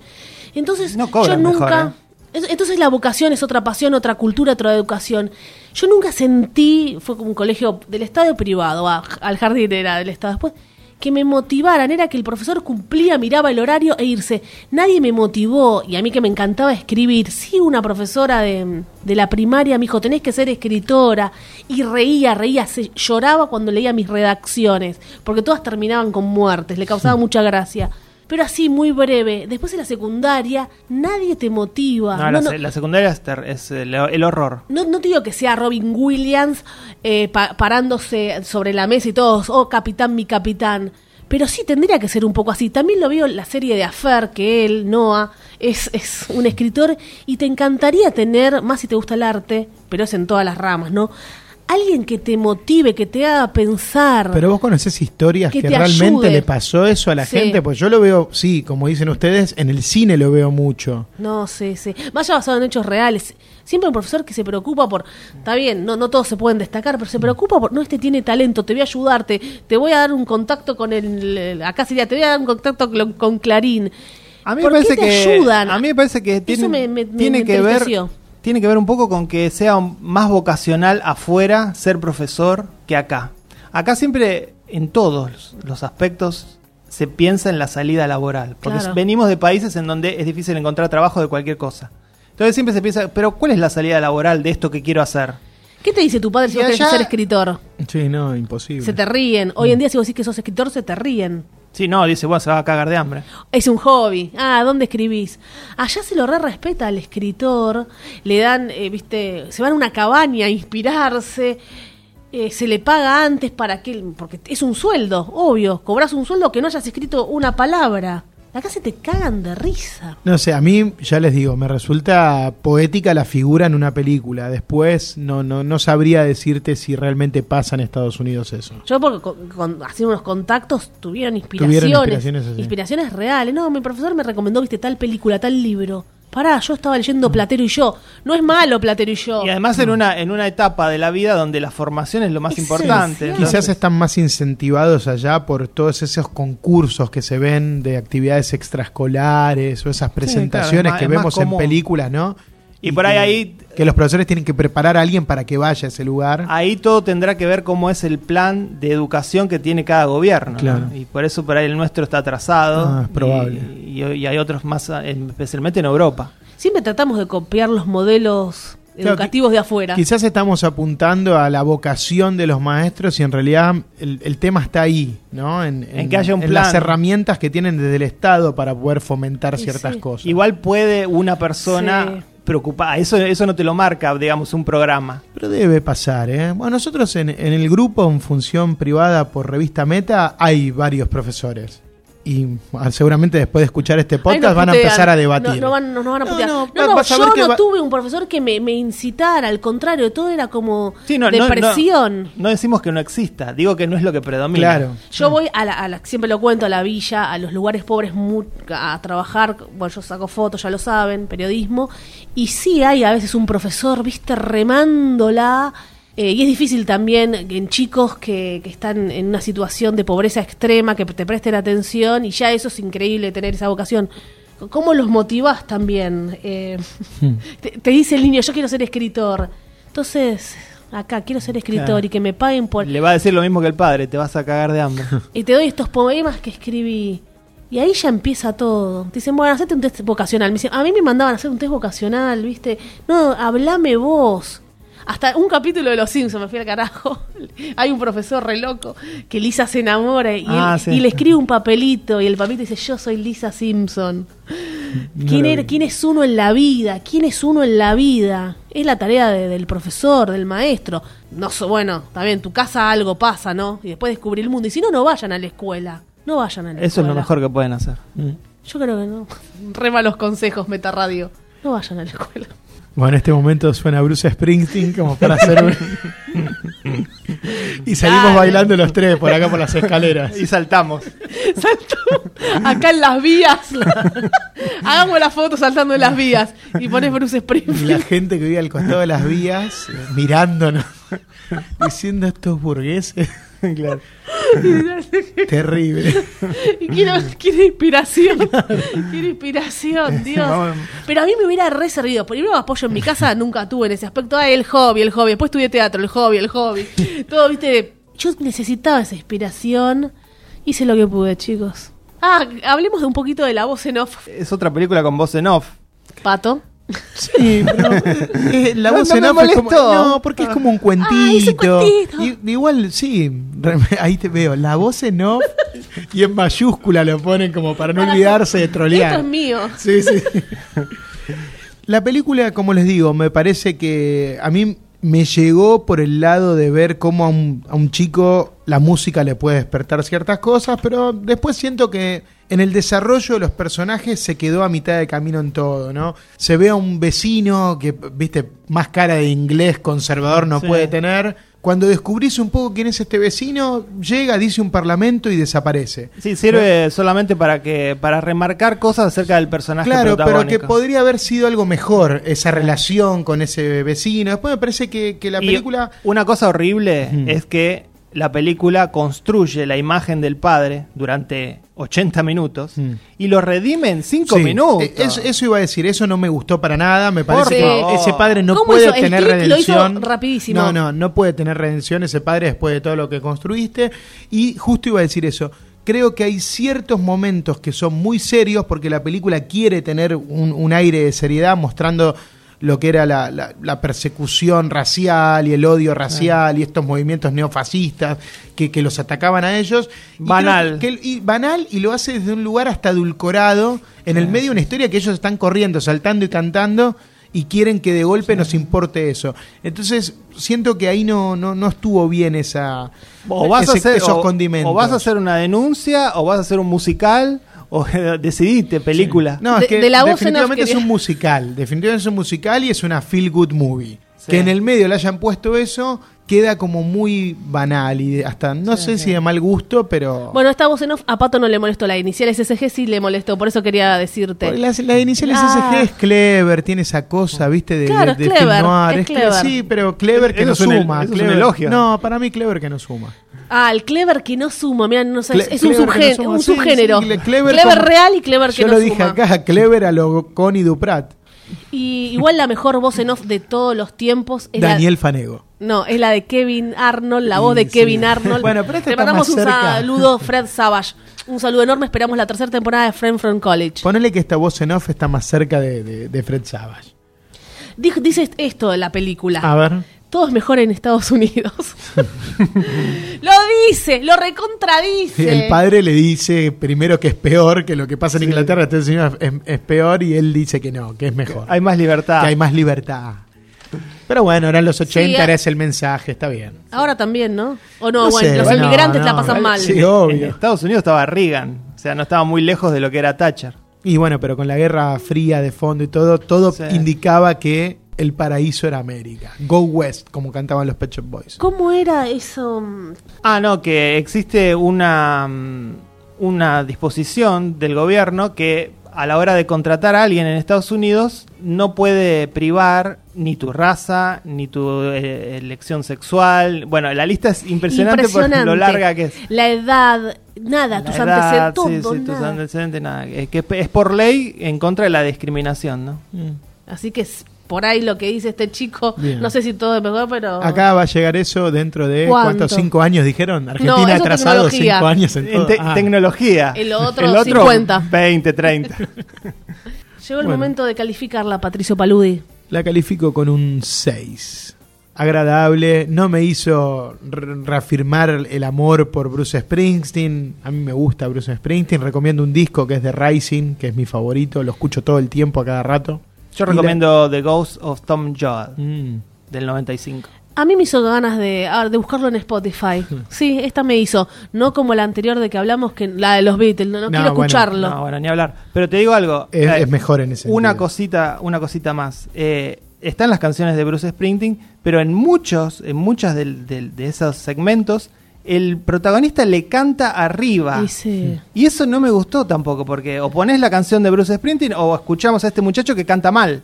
Speaker 2: Entonces,
Speaker 3: No cobran
Speaker 2: yo nunca...
Speaker 3: mejor, ¿eh?
Speaker 2: Es- Entonces la vocación es otra pasión, otra cultura, otra educación. Yo nunca sentí, fue como un colegio del Estado privado, a- al jardín era del Estado después, que me motivaran. Era que el profesor cumplía, miraba el horario e irse. Nadie me motivó y a mí que me encantaba escribir. Sí, una profesora de, de la primaria me dijo, tenés que ser escritora. Y reía, reía, se, lloraba cuando leía mis redacciones, porque todas terminaban con muertes, le causaba mucha gracia. Pero así, muy breve. Después en la secundaria, nadie te motiva.
Speaker 3: No,
Speaker 2: No,
Speaker 3: la,
Speaker 2: no,
Speaker 3: se- la secundaria es, ter- es el, el horror.
Speaker 2: no- no te digo que sea Robin Williams eh, pa- parándose sobre la mesa y todos, oh, capitán, mi capitán. Pero sí tendría que ser un poco así. También lo veo en la serie de Affair, que él, Noah, es, es un escritor y te encantaría tener, más si te gusta el arte, pero es en todas las ramas, ¿no? Alguien que te motive, que te haga pensar.
Speaker 4: Pero vos conocés historias que,
Speaker 2: Que te
Speaker 4: realmente
Speaker 2: ayude.
Speaker 4: le pasó eso a la
Speaker 2: Sí.
Speaker 4: gente, pues yo lo veo, sí, como dicen ustedes, en el cine lo veo mucho.
Speaker 2: No, sí, sí. Vaya basado en hechos reales. Siempre un profesor que se preocupa por. Está bien, no, no todos se pueden destacar, pero se preocupa por. No, este tiene talento, te voy a ayudarte, te voy a dar un contacto con el. el- acá sería, te voy a dar un contacto con, con Clarín.
Speaker 3: A mí me
Speaker 2: ¿Por qué
Speaker 3: parece
Speaker 2: te
Speaker 3: que
Speaker 2: ayudan?
Speaker 3: a mí me parece que tiene,
Speaker 2: me- me- me-
Speaker 3: tiene
Speaker 2: me
Speaker 3: que ver
Speaker 2: entristeció.
Speaker 3: tiene que ver un poco con que sea un- más vocacional afuera ser profesor que acá. Acá siempre, en todos los aspectos, se piensa en la salida laboral, porque
Speaker 2: Claro.
Speaker 3: venimos de países en donde es difícil encontrar trabajo de cualquier cosa. Entonces siempre se piensa, pero ¿cuál es la salida laboral de esto que quiero hacer?
Speaker 2: ¿Qué te dice tu padre si
Speaker 3: Y
Speaker 2: vos querés
Speaker 3: allá-
Speaker 2: ser escritor?
Speaker 4: Sí, no, imposible.
Speaker 2: Se te ríen. Hoy en día si vos decís que sos escritor, se te ríen.
Speaker 3: Sí, no, dice, bueno, se va a cagar de hambre.
Speaker 2: Es un hobby. Ah, ¿dónde escribís? Allá se lo re respeta al escritor. Le dan, eh, viste, se van a una cabaña a inspirarse. Eh, se le paga antes para que. Porque es un sueldo, obvio. Cobras un sueldo que no hayas escrito una palabra. Acá se te cagan de risa.
Speaker 4: No sé, a mí, ya les digo, me resulta poética la figura en una película. Después no, no, no sabría decirte si realmente pasa en Estados Unidos eso.
Speaker 2: Yo porque con, con- haciendo unos contactos tuvieron inspiraciones.
Speaker 4: inspiraciones así.
Speaker 2: Inspiraciones reales. No, mi profesor me recomendó, viste, tal película, tal libro. Pará, yo estaba leyendo Platero y yo. No es malo Platero y yo.
Speaker 3: Y además en una, en una etapa de la vida donde la formación es lo más
Speaker 2: Esencial.
Speaker 3: importante.
Speaker 2: Quizás
Speaker 4: Quizás
Speaker 3: Entonces,
Speaker 4: están más incentivados allá por todos esos concursos que se ven de actividades extraescolares o esas presentaciones
Speaker 3: más-
Speaker 4: que
Speaker 3: es más
Speaker 4: vemos en
Speaker 3: común.
Speaker 4: películas, ¿no?
Speaker 3: Y por ahí
Speaker 4: que-
Speaker 3: ahí- Ah,
Speaker 4: Que los profesores tienen que preparar a alguien para que vaya a ese lugar.
Speaker 3: Ahí todo tendrá que ver cómo es el plan de educación que tiene cada gobierno. ¿no?
Speaker 4: Claro.
Speaker 3: Y por eso por ahí el nuestro está atrasado.
Speaker 4: Ah, es probable.
Speaker 3: Y, y- y hay otros más, ah, en- especialmente en Europa.
Speaker 2: Siempre tratamos de copiar los modelos
Speaker 4: Claro,
Speaker 2: educativos de afuera.
Speaker 4: Quizás estamos apuntando a la vocación de los maestros y en realidad el, el tema está ahí, ¿no? En,
Speaker 3: En que haya un plan.
Speaker 4: las herramientas que tienen desde el Estado para poder fomentar
Speaker 2: Y
Speaker 4: ciertas
Speaker 2: sí.
Speaker 4: cosas.
Speaker 3: Igual puede una persona
Speaker 2: Sí.
Speaker 3: preocupada. Eso, eso no te lo marca, digamos, un programa.
Speaker 4: Pero debe pasar, ¿eh? Bueno, nosotros en, en el grupo en función privada por revista Meta hay varios profesores. Y ah, seguramente después de escuchar este
Speaker 2: Ay,
Speaker 4: podcast
Speaker 2: nos
Speaker 4: van a
Speaker 2: putean.
Speaker 4: empezar a debatir.
Speaker 2: No, no van, no nos van a
Speaker 4: No,
Speaker 2: putear.
Speaker 4: no,
Speaker 2: No,
Speaker 4: va-
Speaker 2: no,
Speaker 4: vas a ver
Speaker 2: yo
Speaker 4: que
Speaker 2: no
Speaker 4: va-
Speaker 2: tuve un profesor que me, me incitara, al contrario, todo era como
Speaker 3: Sí, no, no- no-
Speaker 2: depresión.
Speaker 3: No, decimos que no exista, digo que no es lo que predomina.
Speaker 4: Claro.
Speaker 2: Yo voy a la, a la- siempre lo cuento, a la villa, a los lugares pobres mu- a trabajar. Bueno, yo saco fotos, ya lo saben, periodismo. Y sí hay a veces un profesor, viste, remándola. eh, y es difícil también que en chicos que, que están en una situación de pobreza extrema, que te presten atención. Y ya eso es increíble tener esa vocación. ¿Cómo los motivás también? Eh, te, te dice el niño, yo quiero ser escritor. Entonces, acá, quiero ser escritor
Speaker 3: Claro.
Speaker 2: y que me paguen por...
Speaker 3: Le va a decir lo mismo que el padre, te vas a cagar de hambre.
Speaker 2: Y te doy estos poemas que escribí. Y ahí ya empieza todo. Te dicen, bueno, hacete un test vocacional. Me dicen, a mí me mandaban a hacer un test vocacional, ¿viste? No, hablame vos. Hasta un capítulo de Los Simpsons, me fui al carajo. Hay un profesor re loco que Lisa se enamora y,
Speaker 3: Ah,
Speaker 2: él-
Speaker 3: sí.
Speaker 2: y le escribe un papelito y el papelito dice, yo soy Lisa Simpson. ¿Quién,
Speaker 4: lo
Speaker 2: era-
Speaker 4: vi.
Speaker 2: quién es uno en la vida? ¿Quién es uno en la vida? Es la tarea de- del profesor, del maestro. No so- bueno, también en tu casa algo pasa, ¿no? Y después descubrí el mundo. Y si no, no vayan a la escuela. No vayan a la escuela.
Speaker 3: Eso es lo mejor que pueden hacer.
Speaker 4: Mm.
Speaker 2: Yo creo que no. Re malos consejos, Meta Radio. No vayan a la escuela.
Speaker 4: Bueno, en este momento suena Bruce Springsteen como para hacer un... y salimos
Speaker 2: Dale.
Speaker 4: bailando los tres por acá por las escaleras.
Speaker 3: Y saltamos.
Speaker 2: Saltó acá en las vías. Hagamos la foto saltando en las vías. Y pones Bruce
Speaker 4: Y la
Speaker 2: Springfield.
Speaker 4: gente que vive al costado de las vías eh, mirándonos, diciendo estos burgueses. Terrible.
Speaker 2: Y quiero, quiero inspiración. Quiero inspiración, Dios. Pero a mí me hubiera re servido. Primero apoyo en mi casa, nunca tuve en ese aspecto. Ah, el hobby, el hobby. Después estudié teatro, el hobby, el hobby. Todo, viste. Yo necesitaba esa inspiración. Hice lo que pude, chicos. Ah, hablemos de un poquito de la voz en off,
Speaker 3: Es otra película con voz en off.
Speaker 2: Pato.
Speaker 4: Sí, pero eh, la
Speaker 3: No,
Speaker 4: voz
Speaker 3: no
Speaker 4: en
Speaker 3: me
Speaker 4: off es como-
Speaker 3: molestó.
Speaker 4: no, porque es como un cuentito.
Speaker 2: Ay, es un cuentito.
Speaker 4: Y- igual, sí, re- ahí te veo. La voz en off y en mayúscula lo ponen como para no
Speaker 2: Para-
Speaker 4: olvidarse de trolear.
Speaker 2: Esto es mío.
Speaker 4: Sí, sí. La película, como les digo, me parece que a mí me llegó por el lado de ver cómo a un, a un chico la música le puede despertar ciertas cosas, pero después siento que en el desarrollo de los personajes se quedó a mitad de camino en todo, ¿no? Se ve a un vecino que, viste, más cara de inglés conservador no
Speaker 3: Sí.
Speaker 4: puede tener. Cuando descubrís un poco quién es este vecino, llega, dice un parlamento y desaparece.
Speaker 3: Sí, sirve solamente para que para remarcar cosas acerca del personaje
Speaker 4: Claro, pero que
Speaker 3: protagónico.
Speaker 4: podría haber sido algo mejor esa relación con ese vecino. Después me parece que, que la
Speaker 3: Y
Speaker 4: película.
Speaker 3: una cosa horrible es que la película construye la imagen del padre durante 80 minutos
Speaker 4: Mm.
Speaker 3: y lo redime en 5
Speaker 4: Sí,
Speaker 3: minutos.
Speaker 4: eh, es- eso iba a decir, eso no me gustó para nada. Me parece
Speaker 3: Por
Speaker 4: que
Speaker 3: favor.
Speaker 4: ese padre no
Speaker 2: ¿Cómo
Speaker 4: puede
Speaker 2: hizo? El
Speaker 4: tener
Speaker 2: clic lo hizo
Speaker 4: redención.
Speaker 2: rapidísimo.
Speaker 4: No, no, no puede tener redención ese padre después de todo lo que construiste. Y justo iba a decir eso. Creo que hay ciertos momentos que son muy serios porque la película quiere tener un, un aire de seriedad mostrando lo que era la, la- la persecución racial y el odio racial y estos movimientos neofascistas que, que los atacaban a ellos. Y creo
Speaker 3: Banal.
Speaker 4: que el- y banal y lo hace desde un lugar hasta adulcorado, en
Speaker 3: Ah,
Speaker 4: el medio de una historia que ellos están corriendo, saltando y cantando y quieren que de golpe nos importe eso. Entonces, siento que ahí no, no, no estuvo bien esa
Speaker 3: O vas,
Speaker 4: ese-
Speaker 3: a hacer,
Speaker 4: esos
Speaker 3: o-
Speaker 4: condimentos.
Speaker 3: o vas a hacer una denuncia, o vas a hacer un musical, o decidiste película.
Speaker 4: No,
Speaker 2: De-
Speaker 4: es que
Speaker 2: de la voz en off
Speaker 4: definitivamente es
Speaker 2: quería-
Speaker 4: un musical, definitivamente es un musical y es una feel good movie.
Speaker 3: Sí.
Speaker 4: Que en el medio le hayan puesto eso queda como muy banal y de- hasta no sé si de mal gusto, pero
Speaker 2: Bueno, esta voz en off a Pato no le molestó. La inicial SSG sí le molestó, por eso quería decirte.
Speaker 4: Porque Las, las iniciales
Speaker 2: Ah.
Speaker 4: SG es clever, tiene esa cosa, viste, de,
Speaker 2: Claro,
Speaker 4: de-
Speaker 2: es
Speaker 4: de film
Speaker 2: clever,
Speaker 4: noir,
Speaker 2: es
Speaker 4: es cle-
Speaker 2: clever.
Speaker 4: Sí, pero clever que
Speaker 3: Eso
Speaker 4: no
Speaker 3: es un el-
Speaker 4: suma.
Speaker 3: eso es un
Speaker 4: clever-
Speaker 3: elogio.
Speaker 4: No, para mí clever que no suma.
Speaker 2: Ah, el clever que no suma. Mirá, no sabes,
Speaker 4: Cle-
Speaker 2: es un,
Speaker 4: clever que
Speaker 2: subgén-
Speaker 4: no suma,
Speaker 2: un
Speaker 4: sí, sí,
Speaker 2: subgénero.
Speaker 4: cle-
Speaker 2: clever
Speaker 4: como-
Speaker 2: real y clever que
Speaker 4: Yo
Speaker 2: no
Speaker 4: lo dije
Speaker 2: suma.
Speaker 4: acá, clever a lo Connie Duprat.
Speaker 2: Y igual la mejor voz en off de todos los tiempos es
Speaker 4: Daniel Fanego.
Speaker 2: la No, es la de Kevin Arnold, la voz de
Speaker 4: Y sí.
Speaker 2: Kevin Arnold.
Speaker 4: Bueno, pero esta
Speaker 2: Le
Speaker 4: está
Speaker 2: mandamos
Speaker 4: más
Speaker 2: un
Speaker 4: cerca.
Speaker 2: saludo Fred Savage. Un saludo enorme, esperamos la tercera temporada de Friend from College.
Speaker 4: Ponele que esta voz en off está más cerca de, de- de Fred Savage.
Speaker 2: Dij- Dice esto de la película.
Speaker 4: A ver.
Speaker 2: Todo es mejor en Estados Unidos. lo dice, lo recontradice.
Speaker 4: El padre le dice primero que es peor, que lo que pasa en Inglaterra está enseñando es, es peor y él dice que no, que es mejor.
Speaker 3: Hay más libertad.
Speaker 4: Que hay más libertad. Pero bueno, eran los 80,
Speaker 2: Sí,
Speaker 4: era
Speaker 2: a-
Speaker 4: ese el mensaje, está bien.
Speaker 2: Ahora también, ¿no? O no,
Speaker 4: No
Speaker 2: bueno,
Speaker 4: sé,
Speaker 2: los
Speaker 4: bueno,
Speaker 2: inmigrantes
Speaker 4: no,
Speaker 2: la pasan
Speaker 4: igual-
Speaker 2: mal.
Speaker 4: sí,
Speaker 3: En
Speaker 4: obvio.
Speaker 3: Estados Unidos estaba Reagan, o sea, no estaba muy lejos de lo que era Thatcher.
Speaker 4: Y bueno, pero con la guerra fría de fondo y todo, todo
Speaker 3: Sí.
Speaker 4: indicaba que el paraíso era América. Go West, como cantaban los Pet Shop Boys.
Speaker 2: ¿Cómo era eso? Mm,
Speaker 3: Ah, no, que existe una, mm, una disposición del gobierno que a la hora de contratar a alguien en Estados Unidos no puede privar ni tu raza, ni tu eh, elección sexual. Bueno, la lista es impresionante, por lo larga que es.
Speaker 2: La edad, nada, tus
Speaker 3: La edad,
Speaker 2: antecedentes, todo,
Speaker 3: sí, sí, tus
Speaker 2: nada.
Speaker 3: antecedentes, nada. Es que es por ley en contra de la discriminación, ¿no?
Speaker 2: Mm. Así que es por ahí lo que dice este chico,
Speaker 4: Bien.
Speaker 2: no sé si todo es mejor, pero...
Speaker 4: Acá va a llegar eso dentro de
Speaker 2: ¿Cuánto?
Speaker 4: cuántos cinco años dijeron. Argentina
Speaker 2: eso es
Speaker 4: atrasado
Speaker 2: tecnología.
Speaker 4: cinco años en
Speaker 3: En
Speaker 4: todo.
Speaker 3: te-
Speaker 4: Ah.
Speaker 3: tecnología.
Speaker 2: El otro, 50.
Speaker 3: 20, 30.
Speaker 2: Llegó el
Speaker 4: Bueno.
Speaker 2: momento de calificarla, Patricio Paludi.
Speaker 4: La califico con un 6. Agradable, no me hizo re- reafirmar el amor por Bruce Springsteen. A mí me gusta Bruce Springsteen. Recomiendo un disco que es de Rising, que es mi favorito. Lo escucho todo el tiempo, a cada rato.
Speaker 3: Yo
Speaker 4: Y la-
Speaker 3: recomiendo The Ghost of Tom Joad,
Speaker 4: Mm.
Speaker 3: del 95.
Speaker 2: A mí me hizo ganas de, ah, de buscarlo en Spotify. Sí, esta me hizo. No como la anterior de que hablamos, que la de los Beatles. No, no
Speaker 4: No,
Speaker 2: quiero
Speaker 4: bueno,
Speaker 2: escucharlo.
Speaker 3: No, bueno, ni hablar. Pero te digo algo.
Speaker 4: Es,
Speaker 3: eh,
Speaker 4: es mejor en ese
Speaker 3: Una
Speaker 4: sentido.
Speaker 3: cosita, una cosita más. Eh, están las canciones de Bruce Springsteen, pero en muchos, en muchas del- del- de esos segmentos, el protagonista le canta arriba.
Speaker 2: Y sí.
Speaker 3: Y eso no me gustó tampoco, porque o pones la canción de Bruce Springsteen o escuchamos a este muchacho que canta mal.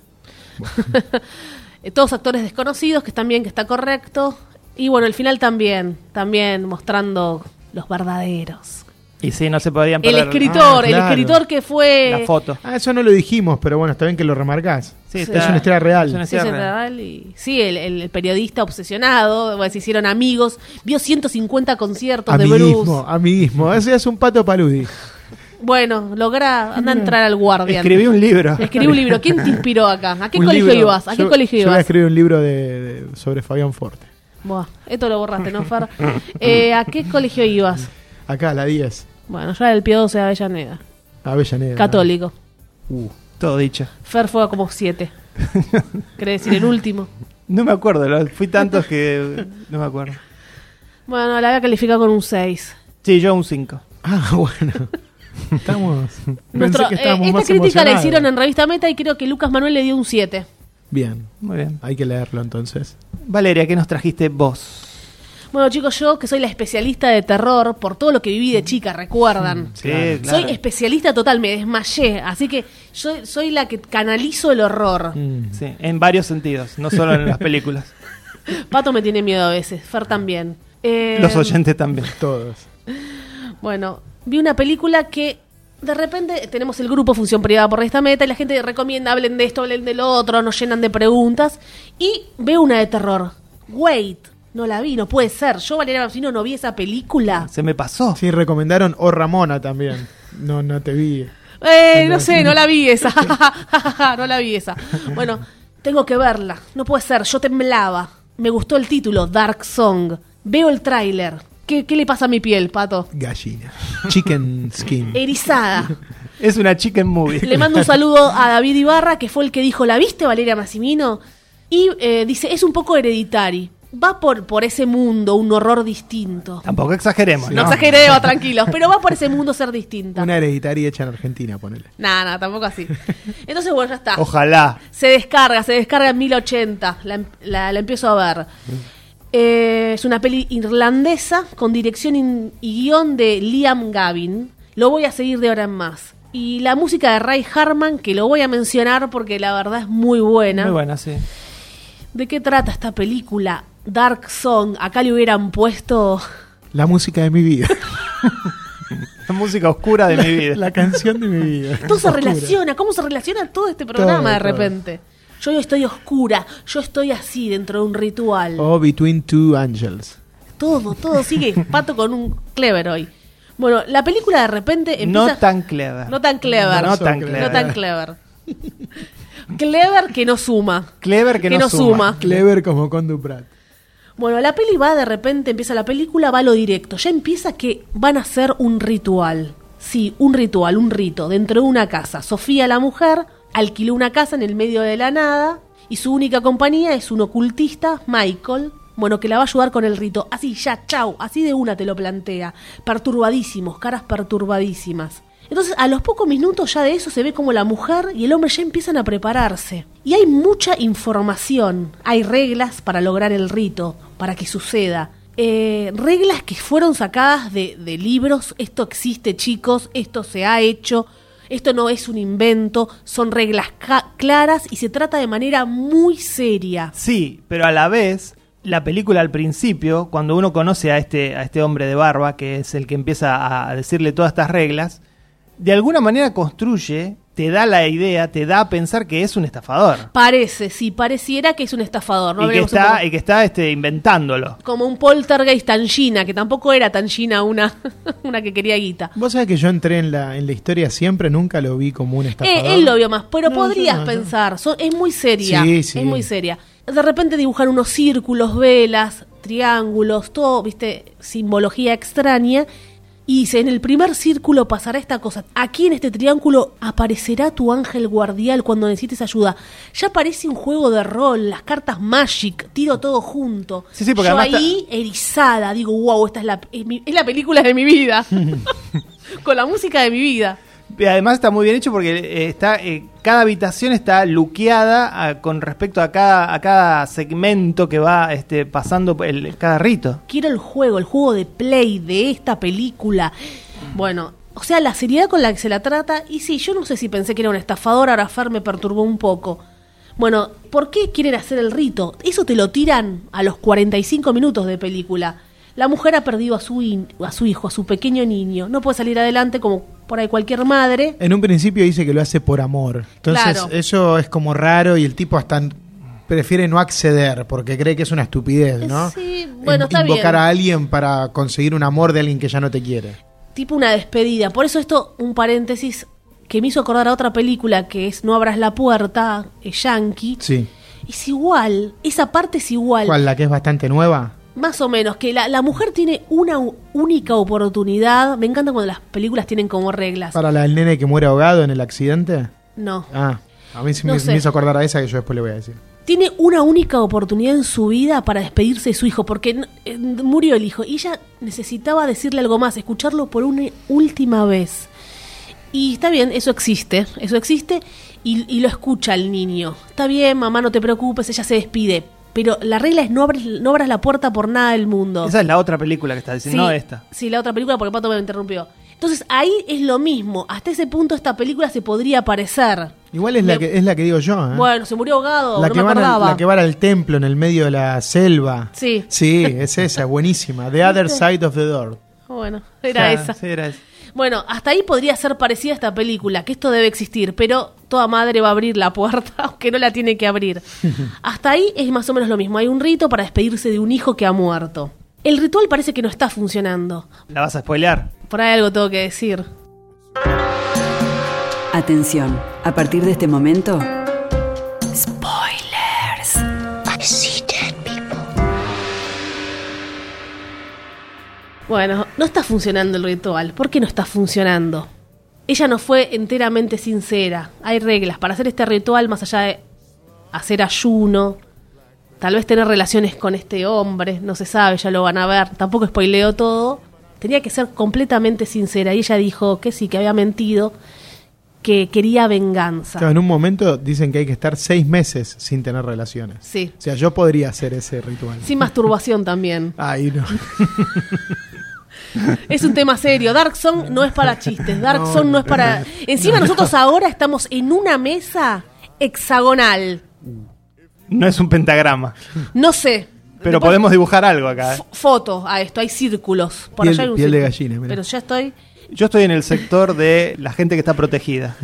Speaker 2: Eh, Todos actores desconocidos, que están bien, que está correcto. Y bueno, el final también. También mostrando los verdaderos.
Speaker 3: Y sí, no se podían
Speaker 2: El
Speaker 3: perder.
Speaker 2: escritor,
Speaker 4: Ah,
Speaker 2: el
Speaker 4: claro.
Speaker 2: escritor que
Speaker 3: La
Speaker 2: fue...
Speaker 3: foto.
Speaker 4: Ah, eso no lo dijimos, pero bueno, está bien que lo remarcás.
Speaker 3: Sí,
Speaker 2: Es
Speaker 4: Es una historia real.
Speaker 3: Es una
Speaker 2: Sí, es
Speaker 3: historia real.
Speaker 2: real y- sí, el, el- el periodista obsesionado, bueno, se hicieron amigos, vio 150 conciertos de
Speaker 4: Amiguismo,
Speaker 2: Bruce.
Speaker 4: amiguismo. Ese es un pato paludi.
Speaker 2: Bueno, logra, anda a entrar al guardián.
Speaker 3: Escribí un libro.
Speaker 2: Escribí un libro. ¿Quién te inspiró acá? ¿A qué
Speaker 4: Un
Speaker 2: colegio
Speaker 4: libro.
Speaker 2: ibas? ¿A qué
Speaker 4: Yo-
Speaker 2: colegio
Speaker 4: Yo voy a
Speaker 2: ibas?
Speaker 4: escribir un libro de- de- sobre Fabián Forte.
Speaker 2: Buah, esto lo borraste, ¿no, Fer? Eh, ¿A qué colegio ibas?
Speaker 4: Acá, la 10.
Speaker 2: Bueno, yo era del Pío 12 de Avellaneda.
Speaker 4: Avellaneda.
Speaker 2: Católico.
Speaker 3: Uh, todo dicho.
Speaker 2: Fer fue como siete. Quiere decir, el último.
Speaker 3: No me acuerdo, lo- fui tantos que no me acuerdo.
Speaker 2: Bueno, la voy a calificar con un 6.
Speaker 3: Sí, yo un 5.
Speaker 4: Ah, bueno. Estamos.
Speaker 2: Nuestro,
Speaker 4: pensé que estábamos
Speaker 2: eh, esta
Speaker 4: más
Speaker 2: crítica la
Speaker 4: emocionados.
Speaker 2: hicieron en Revista Meta y creo que Lucas Manuel le dio un 7.
Speaker 4: Bien,
Speaker 3: Muy bien.
Speaker 4: hay que leerlo entonces.
Speaker 3: Valeria, ¿qué nos trajiste vos?
Speaker 2: Bueno, chicos, yo que soy la especialista de terror por todo lo que viví de chica, recuerdan.
Speaker 3: Sí,
Speaker 2: Soy especialista total, me desmayé. Así que yo soy la que canalizo el horror.
Speaker 4: Mm.
Speaker 3: Sí, en varios sentidos, no solo en las películas.
Speaker 2: Pato me tiene miedo a veces, Fer también. Eh,
Speaker 3: Los oyentes también.
Speaker 4: Todos.
Speaker 2: Bueno, vi una película que de repente tenemos el grupo Función Privada por esta meta y la gente recomienda, hablen de esto, hablen del otro, nos llenan de preguntas. Y veo una de terror. Wait, no la vi, no puede ser. Yo, Valeria Martino, no vi esa película.
Speaker 3: Se me pasó.
Speaker 4: Sí, recomendaron O Ramona también. No, no te vi.
Speaker 2: Eh, no sé, no la vi esa. no la vi esa. Bueno, tengo que verla. No puede ser, yo temblaba. Me gustó el título, Dark Song. Veo el tráiler. ¿Qué, ¿Qué le pasa a mi piel, pato?
Speaker 4: Gallina. Chicken skin.
Speaker 2: Erizada.
Speaker 3: Es una chicken movie.
Speaker 2: Le mando un saludo a David Ibarra, que fue el que dijo, ¿la viste Valeria Massimino? Y eh, dice, es un poco hereditary. Va por, por ese mundo, un horror distinto.
Speaker 3: Tampoco exageremos,
Speaker 2: No
Speaker 3: ¿no?
Speaker 2: exagereo, tranquilos, pero va por ese mundo ser distinta.
Speaker 4: Una hereditaria hecha en Argentina, ponele.
Speaker 2: Nada, nada, tampoco así. Entonces, bueno, ya está.
Speaker 3: Ojalá.
Speaker 2: Se descarga, se descarga en 1080. La, em- la- la empiezo a ver. Eh, es una peli irlandesa con dirección in- y guión de Liam Gavin. Lo voy a seguir de ahora en más. Y la música de Ray Harman, que lo voy a mencionar porque la verdad es muy buena.
Speaker 3: Muy buena, sí.
Speaker 2: ¿De qué trata esta película? Dark Song. Acá le hubieran puesto.
Speaker 4: La música de mi vida.
Speaker 3: La música oscura de mi vida.
Speaker 4: La canción de mi vida.
Speaker 2: Todo se
Speaker 4: Oscura.
Speaker 2: relaciona. ¿Cómo se relaciona todo este programa de
Speaker 4: Todo, todo.
Speaker 2: repente? Yo estoy oscura. Yo estoy así dentro de un ritual.
Speaker 4: O Between Two Angels.
Speaker 2: Todo, todo sigue pato con un clever hoy. Bueno, la película de repente empieza.
Speaker 3: No tan clever.
Speaker 2: No tan clever.
Speaker 3: No tan
Speaker 4: No
Speaker 3: clever.
Speaker 2: No tan clever. clever que no suma.
Speaker 3: Clever que,
Speaker 2: que
Speaker 3: no,
Speaker 2: no suma.
Speaker 4: Clever como con Duprat.
Speaker 2: Bueno, la peli va de repente, empieza la película, va a lo directo. Ya empieza que van a hacer un ritual. Sí, un ritual, un rito, dentro de una casa. Sofía, la mujer, alquiló una casa en el medio de la nada y su única compañía es un ocultista, Michael, bueno, que la va a ayudar con el rito. Así, ya, chau, así de una te lo plantea. Perturbadísimos, caras perturbadísimas. Entonces, a los pocos minutos ya de eso se ve como la mujer y el hombre ya empiezan a prepararse. Y hay mucha información, hay reglas para lograr el rito, para que suceda. Eh, reglas que fueron sacadas de, de libros, esto existe chicos, esto se ha hecho, esto no es un invento, son reglas ca- claras y se trata de manera muy seria.
Speaker 3: Sí, pero a la vez, la película al principio, cuando uno conoce a este, a este hombre de barba, que es el que empieza a- a decirle todas estas reglas, de alguna manera construye, te da la idea, te da a pensar que es un estafador.
Speaker 2: Parece, sí, pareciera que es un estafador. ¿no?
Speaker 3: y, que
Speaker 2: Hablemos un
Speaker 3: está,
Speaker 2: poco-
Speaker 3: y que está este, inventándolo.
Speaker 2: como un poltergeist tan Gina, que tampoco era tan Gina una, una que quería guita.
Speaker 4: Vos sabés que yo entré en la, en la historia siempre, nunca lo vi como un estafador.
Speaker 2: Eh, él lo vio más, pero
Speaker 4: No, yo
Speaker 2: podrías
Speaker 4: no, yo no.
Speaker 2: pensar, so- es muy seria,
Speaker 4: Sí, sí.
Speaker 2: es muy seria. De repente dibujar unos círculos, velas, triángulos, todo, viste, simbología extraña. Y dice, en el primer círculo pasará esta cosa. Aquí en este triángulo aparecerá tu ángel guardial cuando necesites ayuda. Ya parece un juego de rol, las cartas Magic, tiro todo junto.
Speaker 3: Sí, sí, porque
Speaker 2: Yo
Speaker 3: además
Speaker 2: ahí erizada, digo, wow, esta es la, es mi- es la película de mi vida. Con la música de mi vida.
Speaker 3: Y Además está muy bien hecho porque eh, está eh, cada habitación está luqueada a- con respecto a cada, a cada segmento que va este, pasando el, cada rito.
Speaker 2: quiero el juego, el juego de play de esta película. Bueno, o sea, la seriedad con la que se la trata, y sí, yo no sé si pensé que era un estafador, ahora Fer me perturbó un poco. Bueno, ¿por qué quieren hacer el rito? Eso te lo tiran a los 45 minutos de película. La mujer ha perdido a su, in- a su hijo, a su pequeño niño. No puede salir adelante como por ahí cualquier madre.
Speaker 4: En un principio dice que lo hace por amor. Entonces,
Speaker 2: Claro.
Speaker 4: eso es como raro y el tipo hasta n- prefiere no acceder porque cree que es una estupidez, ¿no?
Speaker 2: Eh, Sí, bueno, está bien.
Speaker 4: Invocar a alguien para conseguir un amor de alguien que ya no te quiere.
Speaker 2: tipo una despedida. Por eso esto, un paréntesis que me hizo acordar a otra película que es No abras la puerta, es Yankee.
Speaker 4: Sí.
Speaker 2: Es igual, esa parte es igual.
Speaker 4: ¿Cuál? ¿La que es bastante nueva?
Speaker 2: Más o menos, que la, la mujer tiene una u- única oportunidad. Me encanta cuando las películas tienen como reglas.
Speaker 4: ¿Para la del nene que muere ahogado en el accidente?
Speaker 2: No.
Speaker 4: Ah, a mí sí
Speaker 2: No
Speaker 4: me,
Speaker 2: sé.
Speaker 4: me hizo acordar a esa que yo después le voy a decir.
Speaker 2: Tiene una única oportunidad en su vida para despedirse de su hijo, porque n- eh, murió el hijo. Y ella necesitaba decirle algo más, escucharlo por una última vez. Y está bien, eso existe, eso existe, y, y lo escucha el niño. Está bien, mamá, no te preocupes, ella se despide. Pero la regla es no abres, no abras la puerta por nada del mundo.
Speaker 3: Esa es la otra película que está diciendo, no esta.
Speaker 2: Sí, la otra película, porque Pato me interrumpió. Entonces ahí es lo mismo. Hasta ese punto esta película se podría parecer.
Speaker 4: Igual es la,
Speaker 2: Me-
Speaker 4: que, es la que digo yo, ¿eh?
Speaker 2: Bueno, se murió ahogado,
Speaker 4: la,
Speaker 2: no
Speaker 4: que
Speaker 2: me
Speaker 4: van al,
Speaker 2: acordaba.
Speaker 4: la que van al templo en el medio de la selva.
Speaker 2: Sí.
Speaker 4: Sí, es esa, buenísima. The Other Side of the Door.
Speaker 2: Bueno, era
Speaker 3: Ah,
Speaker 2: esa.
Speaker 3: sí, era esa.
Speaker 2: Bueno, hasta ahí podría ser parecida a esta película, que esto debe existir, pero toda madre va a abrir la puerta, aunque no la tiene que abrir. Hasta ahí es más o menos lo mismo. Hay un rito para despedirse de un hijo que ha muerto. El ritual parece que no está funcionando.
Speaker 3: La vas a spoilear.
Speaker 2: Por ahí algo tengo que decir.
Speaker 5: Atención, a partir de este momento. Spoilers.
Speaker 2: Bueno, no está funcionando el ritual. ¿Por qué no está funcionando? Ella no fue enteramente sincera. Hay reglas para hacer este ritual más allá de hacer ayuno, tal vez tener relaciones con este hombre, no se sabe, ya lo van a ver. Tampoco spoileo todo. Tenía que ser completamente sincera y ella dijo que sí, que había mentido, que quería venganza.
Speaker 4: Claro, en un momento dicen que hay que estar seis meses sin tener relaciones.
Speaker 2: Sí.
Speaker 4: O sea, yo podría hacer ese ritual.
Speaker 2: Sin masturbación también.
Speaker 4: Ay, no.
Speaker 2: Es un tema serio. Dark Zone no es para chistes. Dark Zone no es para. Encima, nosotros ahora estamos en una mesa hexagonal.
Speaker 3: No es un pentagrama,
Speaker 2: No sé.
Speaker 3: pero
Speaker 2: Le ponen
Speaker 3: podemos dibujar algo acá. ¿eh?
Speaker 2: f- Foto a esto, hay círculos. Por
Speaker 4: Piel-
Speaker 2: allá hay un
Speaker 4: piel de
Speaker 2: círculo.
Speaker 4: gallina, mirá.
Speaker 2: Pero ya estoy.
Speaker 3: Yo estoy en el sector de la gente que está protegida.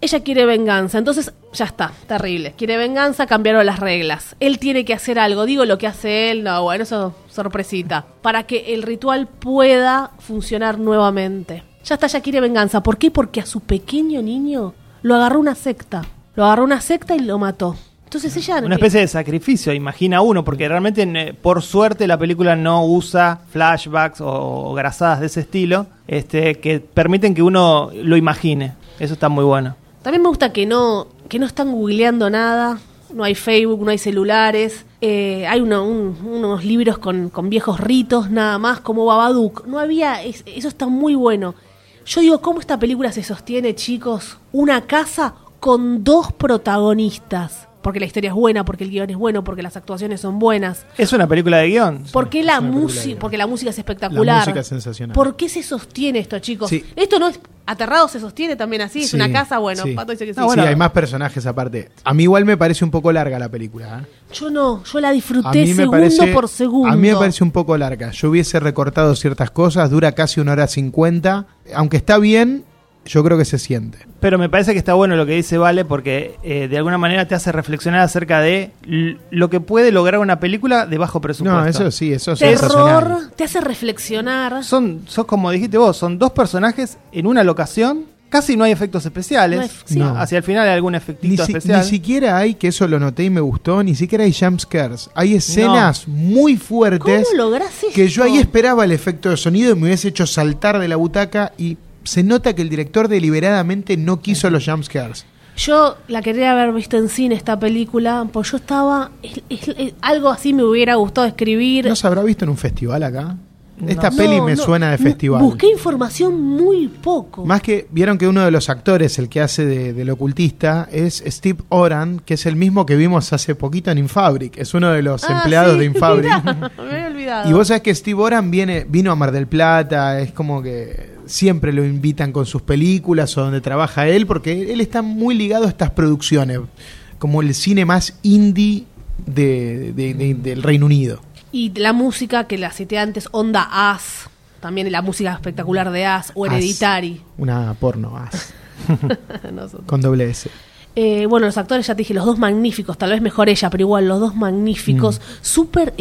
Speaker 2: Ella quiere venganza, entonces ya está, terrible. Quiere venganza, cambiaron las reglas. Él tiene que hacer algo, digo lo que hace él, no, bueno, eso sorpresita. Para que el ritual pueda funcionar nuevamente. Ya está, ya quiere venganza. ¿Por qué? Porque a su pequeño niño lo agarró una secta. Lo agarró una secta y lo mató. Entonces ella...
Speaker 3: Una especie de sacrificio, imagina uno, porque realmente eh, por suerte la película no usa flashbacks o, o grasadas de ese estilo, este, que permiten que uno lo imagine. Eso está muy bueno.
Speaker 2: También me gusta que no, que no están googleando nada, no hay Facebook, no hay celulares, eh, hay uno- un- unos libros con, con viejos ritos nada más, como Babadook. No había, es- eso está muy bueno. Yo digo, ¿cómo esta película se sostiene, chicos? Una casa con dos protagonistas. Porque la historia es buena, porque el guión es bueno, porque las actuaciones son buenas.
Speaker 3: Es una película de guión.
Speaker 2: ¿Por qué
Speaker 4: es
Speaker 2: la
Speaker 4: una película de
Speaker 2: música?
Speaker 4: guerra.
Speaker 2: Porque la música es espectacular.
Speaker 4: La música es sensacional.
Speaker 2: ¿Por qué se sostiene esto, chicos?
Speaker 4: Sí.
Speaker 2: Esto no es aterrado, se sostiene también así. Es
Speaker 4: Sí,
Speaker 2: una casa, bueno,
Speaker 4: sí.
Speaker 2: Pato dice que sí.
Speaker 3: Ah, bueno.
Speaker 4: Sí, hay más personajes aparte. A mí igual me parece un poco larga la película. ¿eh?
Speaker 2: Yo no, yo la
Speaker 4: A
Speaker 2: disfruté
Speaker 4: mí me
Speaker 2: segundo
Speaker 4: parece,
Speaker 2: por segundo.
Speaker 4: A mí me parece un poco larga. Yo hubiese recortado ciertas cosas, dura casi una hora cincuenta. Aunque está bien, yo creo que se siente.
Speaker 3: Pero me parece que está bueno lo que dice Vale porque eh, de alguna manera te hace reflexionar acerca de l- lo que puede lograr una película de bajo presupuesto.
Speaker 4: No, eso sí, eso es sensacional.
Speaker 2: terror, te hace reflexionar.
Speaker 3: Son, sos como dijiste vos, son dos personajes en una locación, casi no hay efectos especiales.
Speaker 2: No hay- sí.
Speaker 4: No.
Speaker 3: Hacia el final hay algún
Speaker 4: Ni,
Speaker 3: efectito
Speaker 4: si-
Speaker 3: especial.
Speaker 4: ni siquiera hay, que eso lo noté y me gustó, ni siquiera hay jumpscares. Hay escenas muy
Speaker 2: ¿Cómo
Speaker 4: fuertes
Speaker 2: lográs esto?
Speaker 4: que yo ahí esperaba el efecto de sonido y me hubiese hecho saltar de la butaca y se nota que el director deliberadamente no quiso los jumpscares.
Speaker 2: Yo la quería haber visto en cine esta película, pues yo estaba. es- es- es- algo así me hubiera gustado escribir.
Speaker 4: ¿No se habrá visto en un festival acá? Esta
Speaker 2: No,
Speaker 4: peli me
Speaker 2: no,
Speaker 4: suena de
Speaker 2: no,
Speaker 4: festival.
Speaker 2: Busqué información muy poco.
Speaker 4: Más que vieron que uno de los actores, el que hace de- del ocultista, es Steve Oran, que es el mismo que vimos hace poquito en Infabric. Es uno de los
Speaker 2: Ah,
Speaker 4: empleados
Speaker 2: sí,
Speaker 4: de Infabric.
Speaker 2: mirá, me había olvidado.
Speaker 4: Y vos sabés que Steve Oran viene, vino a Mar del Plata, es como que siempre lo invitan con sus películas o donde trabaja él, porque él está muy ligado a estas producciones, como el cine más indie de- de- de- del Reino Unido.
Speaker 2: Y la música que la cité antes, Onda As. También la música espectacular de As o
Speaker 4: As.
Speaker 2: Hereditary.
Speaker 4: Una porno, as,
Speaker 2: No sé.
Speaker 4: con doble S.
Speaker 2: Eh, bueno, los actores, ya te dije, los dos magníficos, tal vez mejor ella, pero igual, los dos magníficos,
Speaker 4: Mm.
Speaker 2: súper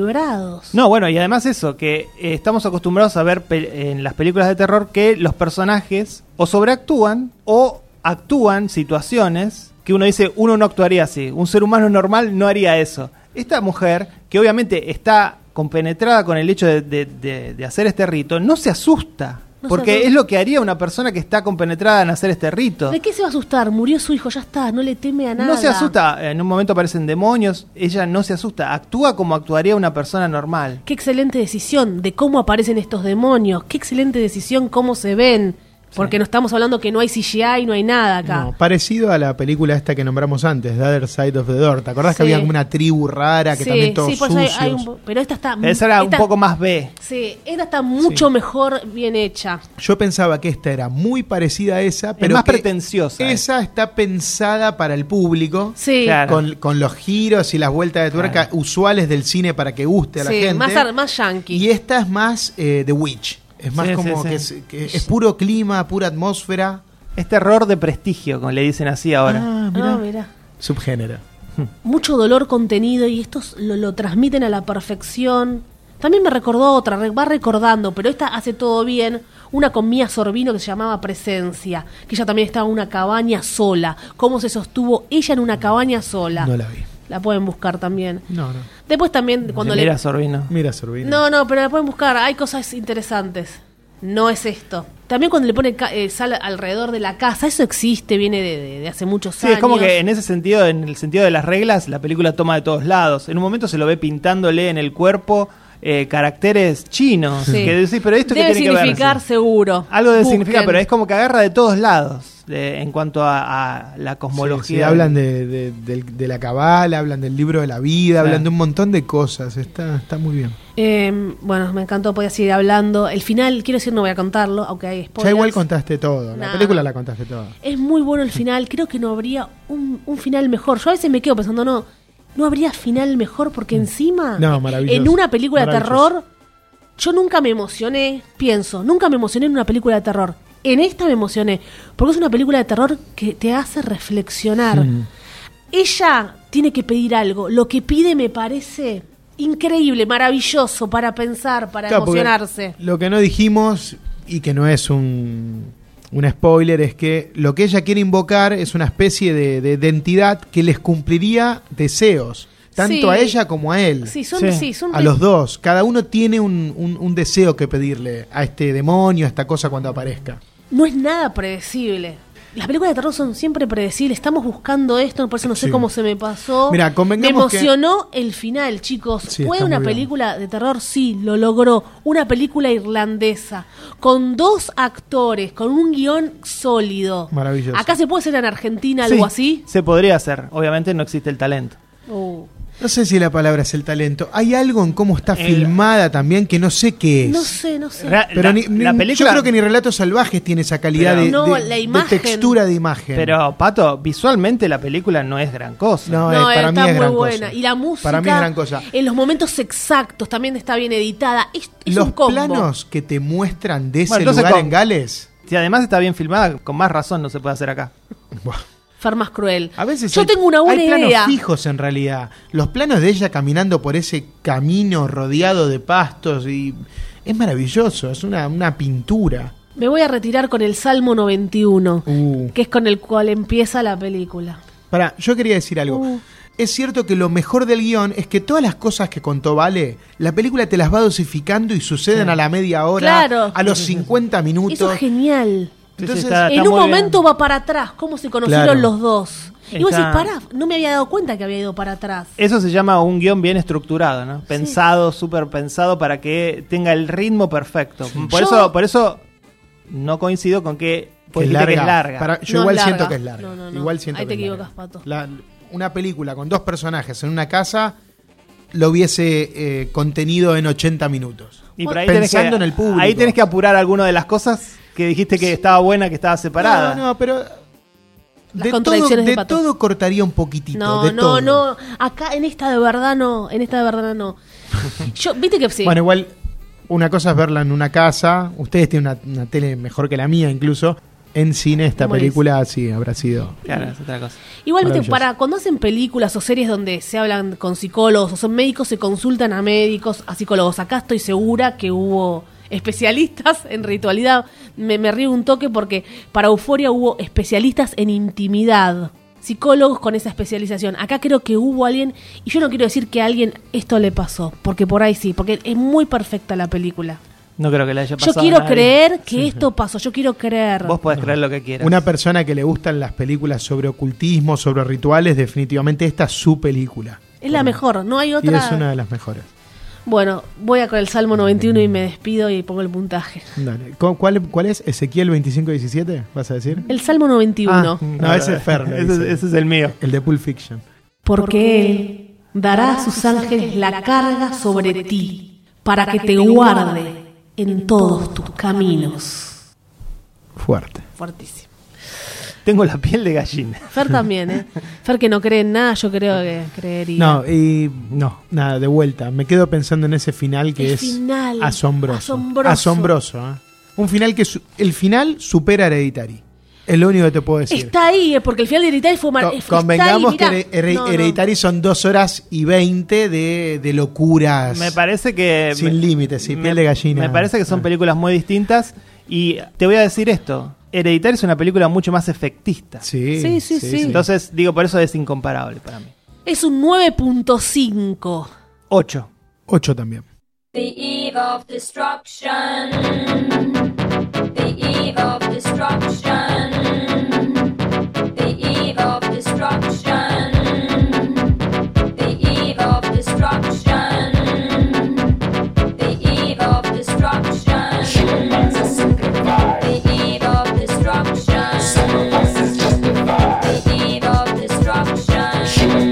Speaker 2: equilibrados.
Speaker 3: No, bueno, y además eso, que eh, estamos acostumbrados a ver pe- en las películas de terror que los personajes o sobreactúan o actúan situaciones que uno dice, uno no actuaría así, un ser humano normal no haría eso. Esta mujer, que obviamente está compenetrada con el hecho de, de- de- de hacer este rito, no se asusta.
Speaker 2: No se
Speaker 3: Porque
Speaker 2: asusta.
Speaker 3: es lo que haría una persona que está compenetrada en hacer este rito.
Speaker 2: ¿De qué se va a asustar? Murió su hijo, ya está, no le teme a nada.
Speaker 3: No se asusta, en un momento aparecen demonios, ella no se asusta, actúa como actuaría una persona normal.
Speaker 2: Qué excelente decisión de cómo aparecen estos demonios, qué excelente decisión cómo se ven. Porque no estamos hablando que no hay CGI, no hay nada acá.
Speaker 4: No, parecido a la película esta que nombramos antes, The Other Side of the Door. ¿Te acordás que
Speaker 2: Sí.
Speaker 4: había como una tribu rara que también todos
Speaker 2: por eso pues hay-
Speaker 4: sucios?
Speaker 2: hay un po- pero esta está
Speaker 3: Esa era un
Speaker 2: esta-
Speaker 3: poco más B.
Speaker 2: Sí, esta está mucho mejor bien hecha.
Speaker 4: Yo pensaba que esta era muy parecida a esa, pero
Speaker 3: más
Speaker 4: que
Speaker 3: pretenciosa, eh.
Speaker 4: Esa está pensada para el público.
Speaker 2: Sí.
Speaker 3: Claro.
Speaker 4: Con, con los giros y las vueltas de tuerca
Speaker 3: Claro.
Speaker 4: usuales del cine para que guste a la
Speaker 2: Sí,
Speaker 4: gente.
Speaker 2: más ar- más yankee.
Speaker 4: Y esta es más eh, The Witch. Es más
Speaker 3: Sí, sí,
Speaker 4: como
Speaker 3: sí.
Speaker 4: que, es, que es puro clima, pura atmósfera.
Speaker 3: Este error de prestigio, como le dicen así ahora.
Speaker 4: Ah, mirá.
Speaker 2: Ah, mirá.
Speaker 4: Subgénero.
Speaker 2: Mucho dolor contenido y estos lo, lo transmiten a la perfección. También me recordó otra, re- va recordando, pero esta hace todo bien. Una con Mía Sorbino que se llamaba Presencia, que ella también estaba en una cabaña sola. ¿Cómo se sostuvo ella en una cabaña sola?
Speaker 4: No la vi.
Speaker 2: La pueden buscar también.
Speaker 4: No, no.
Speaker 2: Después también, cuando le.
Speaker 3: Mira, Sorbino.
Speaker 4: Mira, Sorbino.
Speaker 2: No, no, pero la pueden buscar. Hay cosas interesantes. No es esto. También cuando le ponen ca- eh, sal alrededor de la casa, eso existe, viene de, de- de hace muchos
Speaker 3: Sí,
Speaker 2: años.
Speaker 3: es como que en ese sentido, en el sentido de las reglas, la película toma de todos lados. En un momento se lo ve pintándole en el cuerpo eh, caracteres chinos.
Speaker 2: Sí.
Speaker 3: Que decís, pero esto
Speaker 2: Debe
Speaker 3: qué tiene
Speaker 2: significar
Speaker 3: que ver.
Speaker 2: seguro.
Speaker 3: Algo de
Speaker 2: Busquen.
Speaker 3: significar, pero es como que agarra de todos lados de- en cuanto a, a la cosmología.
Speaker 4: Sí, sí, hablan de, de- del- de la cabala, hablan del libro de la vida,
Speaker 3: Claro.
Speaker 4: hablan de un montón de cosas. Está, está muy bien.
Speaker 2: Eh, bueno, me encantó, podía seguir hablando. El final, quiero decir, no voy a contarlo, aunque hay
Speaker 4: Ya
Speaker 2: spoilers.
Speaker 4: igual contaste todo. La
Speaker 2: Nah.
Speaker 4: película la contaste toda.
Speaker 2: Es muy bueno el final, creo que no habría un, un final mejor. Yo a veces me quedo pensando, no, no habría final mejor porque encima
Speaker 4: No, maravilloso,
Speaker 2: en una película de
Speaker 4: maravilloso.
Speaker 2: terror yo nunca me emocioné, pienso, nunca me emocioné en una película de terror. En esta me emocioné, porque es una película de terror que te hace reflexionar.
Speaker 3: Mm.
Speaker 2: Ella tiene que pedir algo, lo que pide me parece increíble, maravilloso para pensar, para
Speaker 4: Claro, porque
Speaker 2: emocionarse.
Speaker 4: Lo que no dijimos y que no es un, un spoiler es que lo que ella quiere invocar es una especie de, de- de entidad que les cumpliría deseos, tanto
Speaker 2: Sí.
Speaker 4: a ella como a él.
Speaker 2: Sí, son,
Speaker 3: Sí.
Speaker 2: sí, son
Speaker 4: A los dos, cada uno tiene un, un- un deseo que pedirle a este demonio, a esta cosa cuando aparezca.
Speaker 2: no es nada predecible. Las películas de terror son siempre predecibles. Estamos buscando esto, por eso no sé
Speaker 4: Sí.
Speaker 2: cómo se me pasó.
Speaker 4: Mirá, convengamos
Speaker 2: me emocionó el final, chicos.
Speaker 4: Sí,
Speaker 2: ¿Fue
Speaker 4: está
Speaker 2: una
Speaker 4: muy bien.
Speaker 2: película de terror? Sí, lo logró. Una película irlandesa, con dos actores, con un guión sólido.
Speaker 4: Maravilloso.
Speaker 2: Acá se puede hacer en Argentina algo
Speaker 3: Sí,
Speaker 2: así.
Speaker 3: Se podría hacer. Obviamente no existe el talento.
Speaker 2: Uh,
Speaker 4: No sé si la palabra es el talento. Hay algo en cómo está
Speaker 3: El-
Speaker 4: filmada también que no sé qué es.
Speaker 2: no sé, no sé.
Speaker 3: Real-
Speaker 4: Pero
Speaker 3: la,
Speaker 4: ni- ni-
Speaker 3: la película.
Speaker 4: yo creo que ni Relatos Salvajes tiene esa calidad
Speaker 3: Pero-
Speaker 4: de,
Speaker 2: No,
Speaker 4: de-
Speaker 2: la
Speaker 4: de
Speaker 2: imagen.
Speaker 4: textura de imagen.
Speaker 3: Pero, Pato, visualmente la película no es gran cosa.
Speaker 4: No,
Speaker 2: No,
Speaker 4: eh, para mí
Speaker 2: está
Speaker 4: es
Speaker 2: muy
Speaker 4: gran
Speaker 2: buena.
Speaker 4: cosa.
Speaker 2: Y la música.
Speaker 4: Para mí es gran cosa.
Speaker 2: En los momentos exactos también está bien editada. Es, es
Speaker 4: Los
Speaker 2: un combo.
Speaker 4: planos que te muestran de ese
Speaker 3: Bueno, entonces
Speaker 4: lugar
Speaker 3: con-
Speaker 4: en Gales.
Speaker 3: Si además está bien filmada, con más razón no se puede hacer acá.
Speaker 4: buah,
Speaker 2: Far más cruel.
Speaker 4: A veces
Speaker 2: Yo
Speaker 4: hay-
Speaker 2: tengo una buena
Speaker 4: hay planos
Speaker 2: idea.
Speaker 4: fijos en realidad. Los planos de ella caminando por ese camino rodeado de pastos y es maravilloso, es una, una pintura.
Speaker 2: Me voy a retirar con el Salmo 91,
Speaker 4: Uh.
Speaker 2: que es con el cual empieza la película.
Speaker 4: Pará, yo quería decir algo.
Speaker 2: Uh.
Speaker 4: Es cierto que lo mejor del guión es que todas las cosas que contó Vale, la película te las va dosificando y suceden a la media hora,
Speaker 2: Claro.
Speaker 4: a los 50 minutos.
Speaker 2: Eso es genial.
Speaker 3: Sí, sí,
Speaker 4: Entonces,
Speaker 3: está-
Speaker 2: en un
Speaker 3: muy bien.
Speaker 2: momento va para atrás, cómo se conocieron
Speaker 4: Claro.
Speaker 2: los dos. Y vos
Speaker 3: Está-
Speaker 2: decís, pará, no me había dado cuenta que había ido para atrás.
Speaker 3: Eso se llama un guión bien estructurado, ¿no? Pensado, súper pensado para que tenga el ritmo perfecto. Por
Speaker 2: Yo-
Speaker 3: eso, por eso no coincido con que,
Speaker 4: Que
Speaker 3: pues,
Speaker 4: es
Speaker 3: dijiste
Speaker 4: larga.
Speaker 3: que es larga.
Speaker 4: Para- yo
Speaker 2: No, es
Speaker 4: igual
Speaker 2: larga.
Speaker 4: siento que es larga.
Speaker 2: No, no, no.
Speaker 4: Igual siento
Speaker 2: Ahí te
Speaker 4: que es larga.
Speaker 2: equivocas, Pato.
Speaker 4: La- una película con dos personajes en una casa lo hubiese eh, contenido en 80 minutos.
Speaker 3: Y por ahí
Speaker 4: Pensando
Speaker 3: tenés que,
Speaker 4: en el público.
Speaker 3: Ahí tenés que apurar alguna de las cosas que dijiste que estaba buena, que estaba separada.
Speaker 4: No, no, pero.
Speaker 2: Las
Speaker 4: De, todo,
Speaker 2: contradicciones de
Speaker 4: de
Speaker 2: Pato.
Speaker 4: todo cortaría un poquitito.
Speaker 2: No,
Speaker 4: de
Speaker 2: no,
Speaker 4: todo.
Speaker 2: no. Acá en esta de verdad no. En esta de verdad no. Yo, viste que sí.
Speaker 4: Bueno, igual, una cosa es verla en una casa. Ustedes tienen una, una tele mejor que la mía, incluso. En cine, esta
Speaker 2: Morís.
Speaker 4: película sí habrá sido.
Speaker 3: Claro, es otra cosa.
Speaker 2: Igual, viste,
Speaker 4: Maravilloso.
Speaker 2: para cuando hacen películas o series donde se hablan con psicólogos o son médicos, se consultan a médicos, a psicólogos. Acá estoy segura que hubo especialistas en ritualidad. Me, me río un toque porque para Euforia hubo especialistas en intimidad. Psicólogos con esa especialización. Acá creo que hubo alguien, y yo no quiero decir que a alguien esto le pasó, porque por ahí sí, porque es muy perfecta la película.
Speaker 3: No creo que le
Speaker 2: Yo
Speaker 3: haya pasado. a
Speaker 2: quiero
Speaker 3: nadie.
Speaker 2: creer que esto pasó, yo quiero creer.
Speaker 3: Vos podés creer lo que quieras.
Speaker 4: Una persona que le gustan las películas sobre ocultismo, sobre rituales, definitivamente esta es su película.
Speaker 2: Es la mejor, no hay
Speaker 4: Y
Speaker 2: otra.
Speaker 4: es una de las mejores.
Speaker 2: Bueno, voy a con el Salmo 91 y me despido y pongo el puntaje.
Speaker 4: Dale. ¿Cu- ¿Cuál, cuál es? ¿Ezequiel 2517? ¿Vas a decir?
Speaker 2: El Salmo 91.
Speaker 4: Ah. No, ese es Fer, me
Speaker 3: Ese, es-
Speaker 4: dice.
Speaker 3: ese es el mío.
Speaker 4: El de Pulp Fiction.
Speaker 2: Porque Él dará a sus ángeles la carga sobre ti, para que te guarde en todos tus caminos.
Speaker 4: Fuerte.
Speaker 2: Fuertísimo.
Speaker 3: Tengo la piel de gallina.
Speaker 2: Fer también, ¿eh? Fer que no cree en nada, yo creo que creería.
Speaker 4: No, y no, nada, de vuelta. Me quedo pensando en ese final que
Speaker 2: El
Speaker 4: es
Speaker 2: final.
Speaker 4: asombroso.
Speaker 2: Asombroso.
Speaker 4: Asombroso, ¿eh? Un final que su- el final supera Hereditary. Es lo único que te puedo decir.
Speaker 2: Está ahí, eh, porque el final de Hereditary fue mal.
Speaker 4: Co- convengamos que Here- Here- Hereditary son dos horas y veinte de, de locuras.
Speaker 3: Me parece que.
Speaker 4: Sin
Speaker 3: me-
Speaker 4: límites, sí,
Speaker 3: me-
Speaker 4: piel de gallina.
Speaker 3: Me parece que son
Speaker 4: Ah.
Speaker 3: películas muy distintas. Y te voy a decir esto: Hereditario es una película mucho más efectista.
Speaker 4: Sí,
Speaker 2: Sí, sí, sí.
Speaker 3: Entonces, digo, por eso es incomparable para mí.
Speaker 2: Es un 9.5.
Speaker 3: 8.
Speaker 4: Ocho también.
Speaker 6: The eve of destruction. The eve of destruction. The eve of destruction. The eve of destruction. The eve of destruction. The eve of destruction. The eve of destruction. The eve of destruction. The eve of destruction. The eve of destruction. The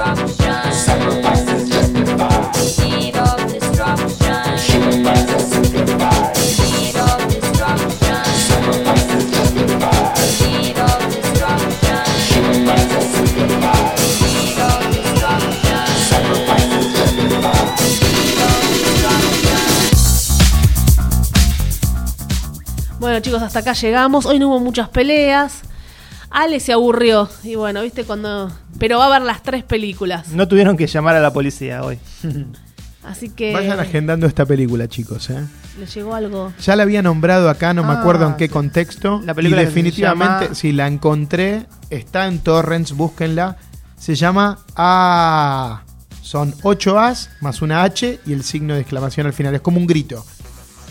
Speaker 6: eve of destruction. The eve of destruction.
Speaker 2: Bueno, chicos, hasta acá llegamos. Hoy no hubo muchas peleas. Ale se aburrió. Y bueno, viste cuando. Pero va a ver las tres películas.
Speaker 3: No tuvieron que llamar a la policía hoy.
Speaker 2: Así que.
Speaker 4: Vayan agendando esta película, chicos. ¿eh?
Speaker 2: Le llegó algo.
Speaker 4: Ya la había nombrado acá, no me
Speaker 3: Ah,
Speaker 4: acuerdo en qué
Speaker 3: sí.
Speaker 4: contexto.
Speaker 3: La película
Speaker 4: y
Speaker 3: que se
Speaker 4: definitivamente,
Speaker 3: llama-
Speaker 4: si la encontré, está en torrents, búsquenla. Se llama A. Son 8 A's más una H y el signo de exclamación al final. Es como un grito.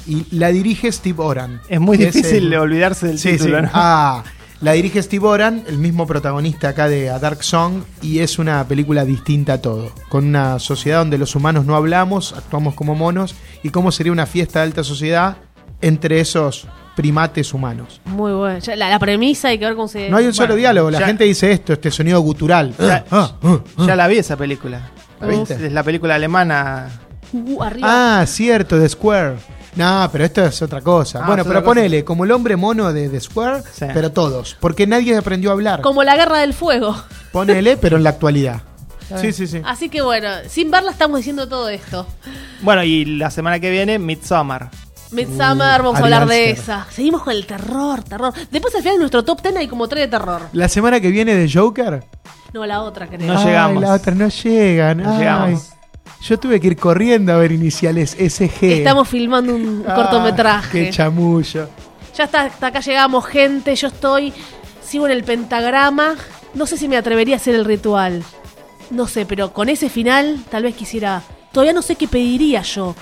Speaker 4: Y la dirige Steve Oran.
Speaker 3: Es muy
Speaker 4: que el-
Speaker 3: difícil olvidarse del
Speaker 4: Sí,
Speaker 3: título,
Speaker 4: sí.
Speaker 3: ¿no?
Speaker 4: Ah, la dirige Steve Oran, el mismo protagonista acá de A Dark Song, y es una película distinta a todo. Con una sociedad donde los humanos no hablamos, actuamos como monos, y cómo sería una fiesta de alta sociedad entre esos primates humanos.
Speaker 2: Muy bueno. Ya, la, la premisa hay que ver cómo se.
Speaker 4: No hay un solo diálogo, la
Speaker 3: ya-
Speaker 4: gente dice esto, este sonido gutural.
Speaker 3: Ya,
Speaker 4: Ah, ah, ah.
Speaker 3: ya la vi esa película.
Speaker 4: ¿La viste?
Speaker 3: Es la película alemana.
Speaker 2: Uh, arriba.
Speaker 4: Ah, cierto, de Square. No, pero esto es otra cosa.
Speaker 3: Ah,
Speaker 4: bueno,
Speaker 3: es
Speaker 4: pero
Speaker 3: otra cosa.
Speaker 4: ponele, como el hombre mono de The Square,
Speaker 3: Sí.
Speaker 4: pero todos. Porque nadie aprendió a hablar.
Speaker 2: Como la guerra del fuego.
Speaker 4: Ponele, pero en la actualidad. Sí, sí, sí.
Speaker 2: Así que bueno, sin verla estamos diciendo todo esto.
Speaker 3: Bueno, y la semana que viene, Midsommar.
Speaker 2: Midsummer,
Speaker 4: Uh,
Speaker 2: vamos a hablar de
Speaker 4: Ari Aster.
Speaker 2: esa. Seguimos con el terror, terror. Después al final de nuestro top ten hay como tres de terror.
Speaker 4: La semana que viene de Joker.
Speaker 2: No, la otra creo.
Speaker 3: No llegamos.
Speaker 4: La otra no llegan.
Speaker 3: No
Speaker 4: ay.
Speaker 3: llegamos.
Speaker 4: Yo tuve que ir corriendo a ver iniciales SG.
Speaker 2: Estamos filmando un
Speaker 4: Ah,
Speaker 2: cortometraje.
Speaker 4: Qué chamullo.
Speaker 2: Ya está, hasta acá llegamos, gente. Yo estoy, sigo en el pentagrama. No sé si me atrevería a hacer el ritual. No sé, pero con ese final tal vez quisiera... Todavía no sé qué pediría yo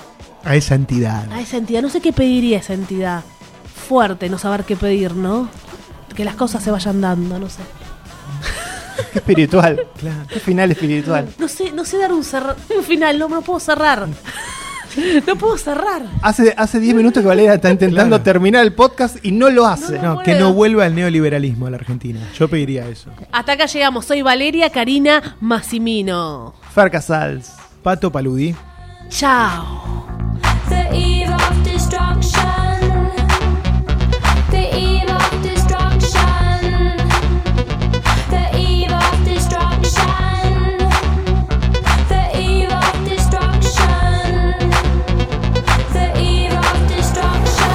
Speaker 4: A esa entidad.
Speaker 2: a esa entidad. No sé qué pediría esa entidad. Fuerte no saber qué pedir, ¿no? Que las cosas se vayan dando, no sé.
Speaker 3: Qué espiritual.
Speaker 4: Claro.
Speaker 3: Qué final espiritual.
Speaker 2: No sé, no sé dar un, cerra- un final, no, no puedo cerrar. No puedo cerrar.
Speaker 3: Hace hace 10 minutos que Valeria está intentando
Speaker 4: Claro.
Speaker 3: terminar el podcast y no lo hace.
Speaker 4: No,
Speaker 2: No
Speaker 4: que
Speaker 2: puedo.
Speaker 4: no vuelva el neoliberalismo a la Argentina. Yo pediría eso.
Speaker 2: Hasta acá llegamos. Soy Valeria Karina Massimino.
Speaker 3: Fer Casals.
Speaker 4: Pato Paludí.
Speaker 2: Chao.
Speaker 6: The eve of destruction. The eve of destruction. The eve of destruction. The eve of destruction. The eve of destruction.